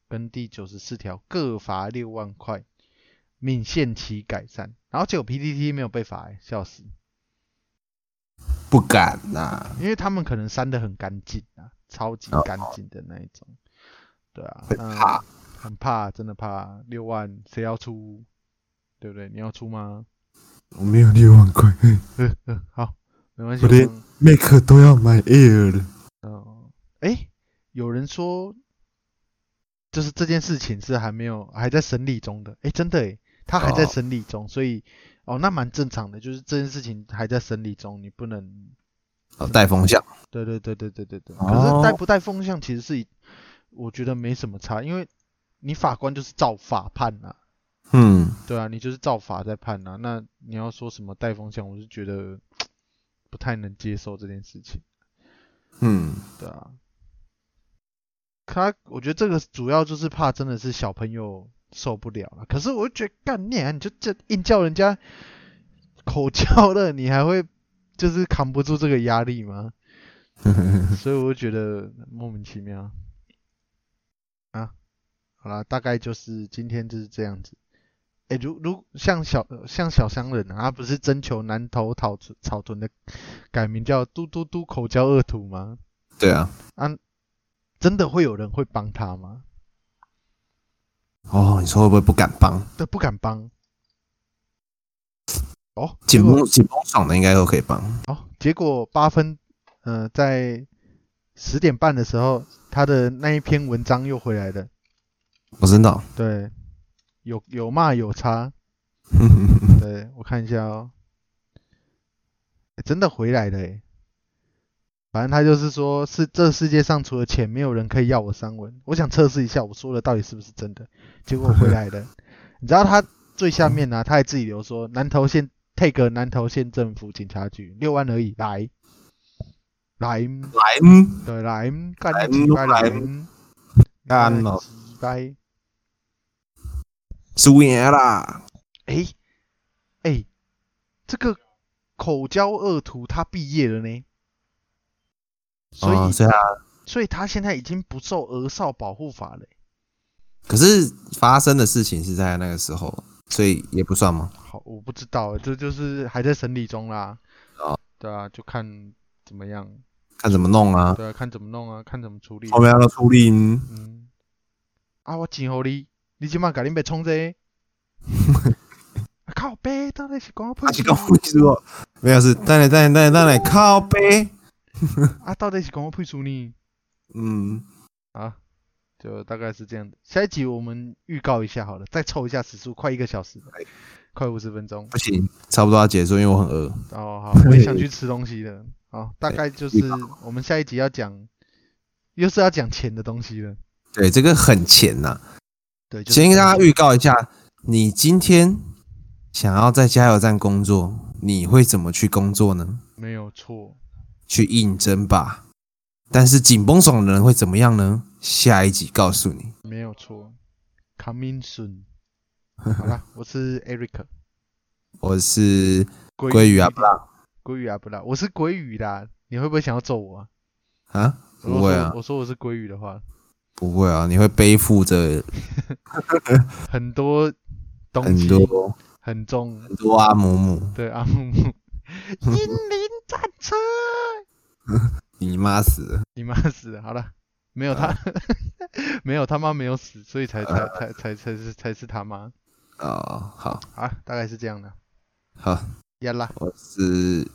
Speaker 2: 跟第九十四条各罚六万块，免限期改善。然后结果 PTT 没有被罚、欸，笑死！
Speaker 3: 不敢呐、
Speaker 2: 因为他们可能删的很干净啊，超级干净的那一种。对啊，
Speaker 3: 哦会
Speaker 2: 那
Speaker 3: 怕，
Speaker 2: 很怕，真的怕。六万谁要出？对不对？你要出吗？ *laughs*
Speaker 3: 我没有六万块
Speaker 2: 嗯嗯，好，没关系。
Speaker 3: 我连
Speaker 2: 们
Speaker 3: ，Mac 都要买 Air 了。
Speaker 2: 嗯，哎，有人说，就是这件事情是还没有还在审理中的。哎，真的哎，他还在
Speaker 3: 哦
Speaker 2: 审理中，所以哦，那蛮正常的，就是这件事情还在审理中，你不能
Speaker 3: 哦，带风向，
Speaker 2: 对对对对对对对。
Speaker 3: 哦
Speaker 2: 可是带不带风向其实是一，我觉得没什么差，因为你法官就是照法判啊，
Speaker 3: 嗯，
Speaker 2: 对啊，你就是照法在判啊。那你要说什么带风向，我是觉得不太能接受这件事情，
Speaker 3: 嗯， *laughs*
Speaker 2: 对啊。他我觉得这个主要就是怕真的是小朋友受不了了。可是我就觉得干你、啊，你就这硬叫人家口 *laughs* 交了，你还会就是扛不住这个压力吗？ *laughs* 所以我就觉得莫名其妙。啊，好啦，大概就是今天就是这样子。哎、如如像小像小商人啊，他不是征求南投草屯草屯的改名叫嘟嘟嘟口交恶徒吗？
Speaker 3: 对啊，
Speaker 2: 真的会有人会帮他吗？
Speaker 3: 哦，你说会不会不敢帮？
Speaker 2: 都不敢帮。哦，结
Speaker 3: 紧
Speaker 2: 果
Speaker 3: 绷紧绷爽的应该都可以帮。
Speaker 2: 哦，结果八分，呃，在十点半的时候，他的那一篇文章又回来了。
Speaker 3: 我真的哦，
Speaker 2: 对，有有骂有差。对，我看一下哦，诶真的回来了诶。反正他就是说，是这世界上除了钱，没有人可以要我三文。我想测试一下我说的到底是不是真的，结果回来了。你知道他最下面啊呢、他还自己留说，南投县 take 南投县政府警察局六万而已，来来，
Speaker 3: 来，嗯，
Speaker 2: 对来，干
Speaker 3: 来
Speaker 2: 几百
Speaker 3: 来
Speaker 2: 来，
Speaker 3: 干了，
Speaker 2: 几百。
Speaker 3: 输赢啦，
Speaker 2: 诶，诶，这个口交恶徒他毕业了呢，所以、
Speaker 3: 哦，所以啊，
Speaker 2: 所以他现在已经不受儿少保护法了欸。
Speaker 3: 可是发生的事情是在那个时候，所以也不算吗？
Speaker 2: 好，我不知道欸，这就是还在审理中啦。
Speaker 3: 哦
Speaker 2: 对啊，就看怎么样，
Speaker 3: 看怎么弄啊，
Speaker 2: 对啊，看怎么弄啊，看怎么处理。
Speaker 3: 后面要处理。嗯
Speaker 2: 嗯，啊，我钱给你，你即马甲恁爸创这个
Speaker 3: *laughs*
Speaker 2: 啊靠背，到底是讲我
Speaker 3: 啊，
Speaker 2: 喷
Speaker 3: 是讲你说没有是，等下等下等下等下靠背，
Speaker 2: 啊，到底是讲我配输呢？
Speaker 3: 嗯，
Speaker 2: 啊，就大概是这样子。下一集我们预告一下好了，再凑一下时数，快一个小时了
Speaker 3: 哎，
Speaker 2: 快五十分
Speaker 3: *laughs*
Speaker 2: 钟。
Speaker 3: 不行，差不多要结束，因为我很饿。
Speaker 2: 哦，好，我也想去吃东西了。好，大概就是
Speaker 3: 哎预告
Speaker 2: 我们下一集要讲，又是要讲钱的东西了。
Speaker 3: 对，这个很浅呐、
Speaker 2: 对，就是
Speaker 3: 先跟大
Speaker 2: 这
Speaker 3: 家
Speaker 2: 样
Speaker 3: 预告一下，你今天想要在加油站工作，你会怎么去工作呢？
Speaker 2: 没有错。
Speaker 3: 去应征吧。但是紧绷爽的人会怎么样呢？下一集告诉你。
Speaker 2: 没有错，coming soon。好啦，我是 Eric，
Speaker 3: *laughs* 我是
Speaker 2: 鲑
Speaker 3: 鲑鱼阿布
Speaker 2: 啦，
Speaker 3: 拉
Speaker 2: 鲑鱼啊不啦，我是鲑鱼啦。你会不会想要揍我啊？
Speaker 3: 啊，
Speaker 2: 如果
Speaker 3: 不会
Speaker 2: 说
Speaker 3: 啊
Speaker 2: 我说我是鲑鱼的话，
Speaker 3: 不会啊，你会背负着
Speaker 2: 很多东
Speaker 3: 很
Speaker 2: 西
Speaker 3: 多
Speaker 2: 很重，
Speaker 3: 很多阿姆姆，
Speaker 2: 对，阿木木，精灵战车，
Speaker 3: *laughs* 你妈死了。
Speaker 2: *laughs* 你妈死了，好了，没有他， *laughs* 没有他妈没有死，所以才才才才才是才是他妈
Speaker 3: 哦，好
Speaker 2: 啊，大概是这样的。
Speaker 3: 好，
Speaker 2: 呀啦，
Speaker 3: 我是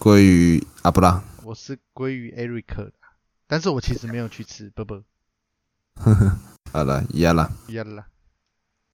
Speaker 3: 鲑鱼阿布拉，
Speaker 2: 我是归于 Eric 的，但是我其实没有去吃，不不，
Speaker 3: *laughs* 好了，一样啦。
Speaker 2: 呀啦。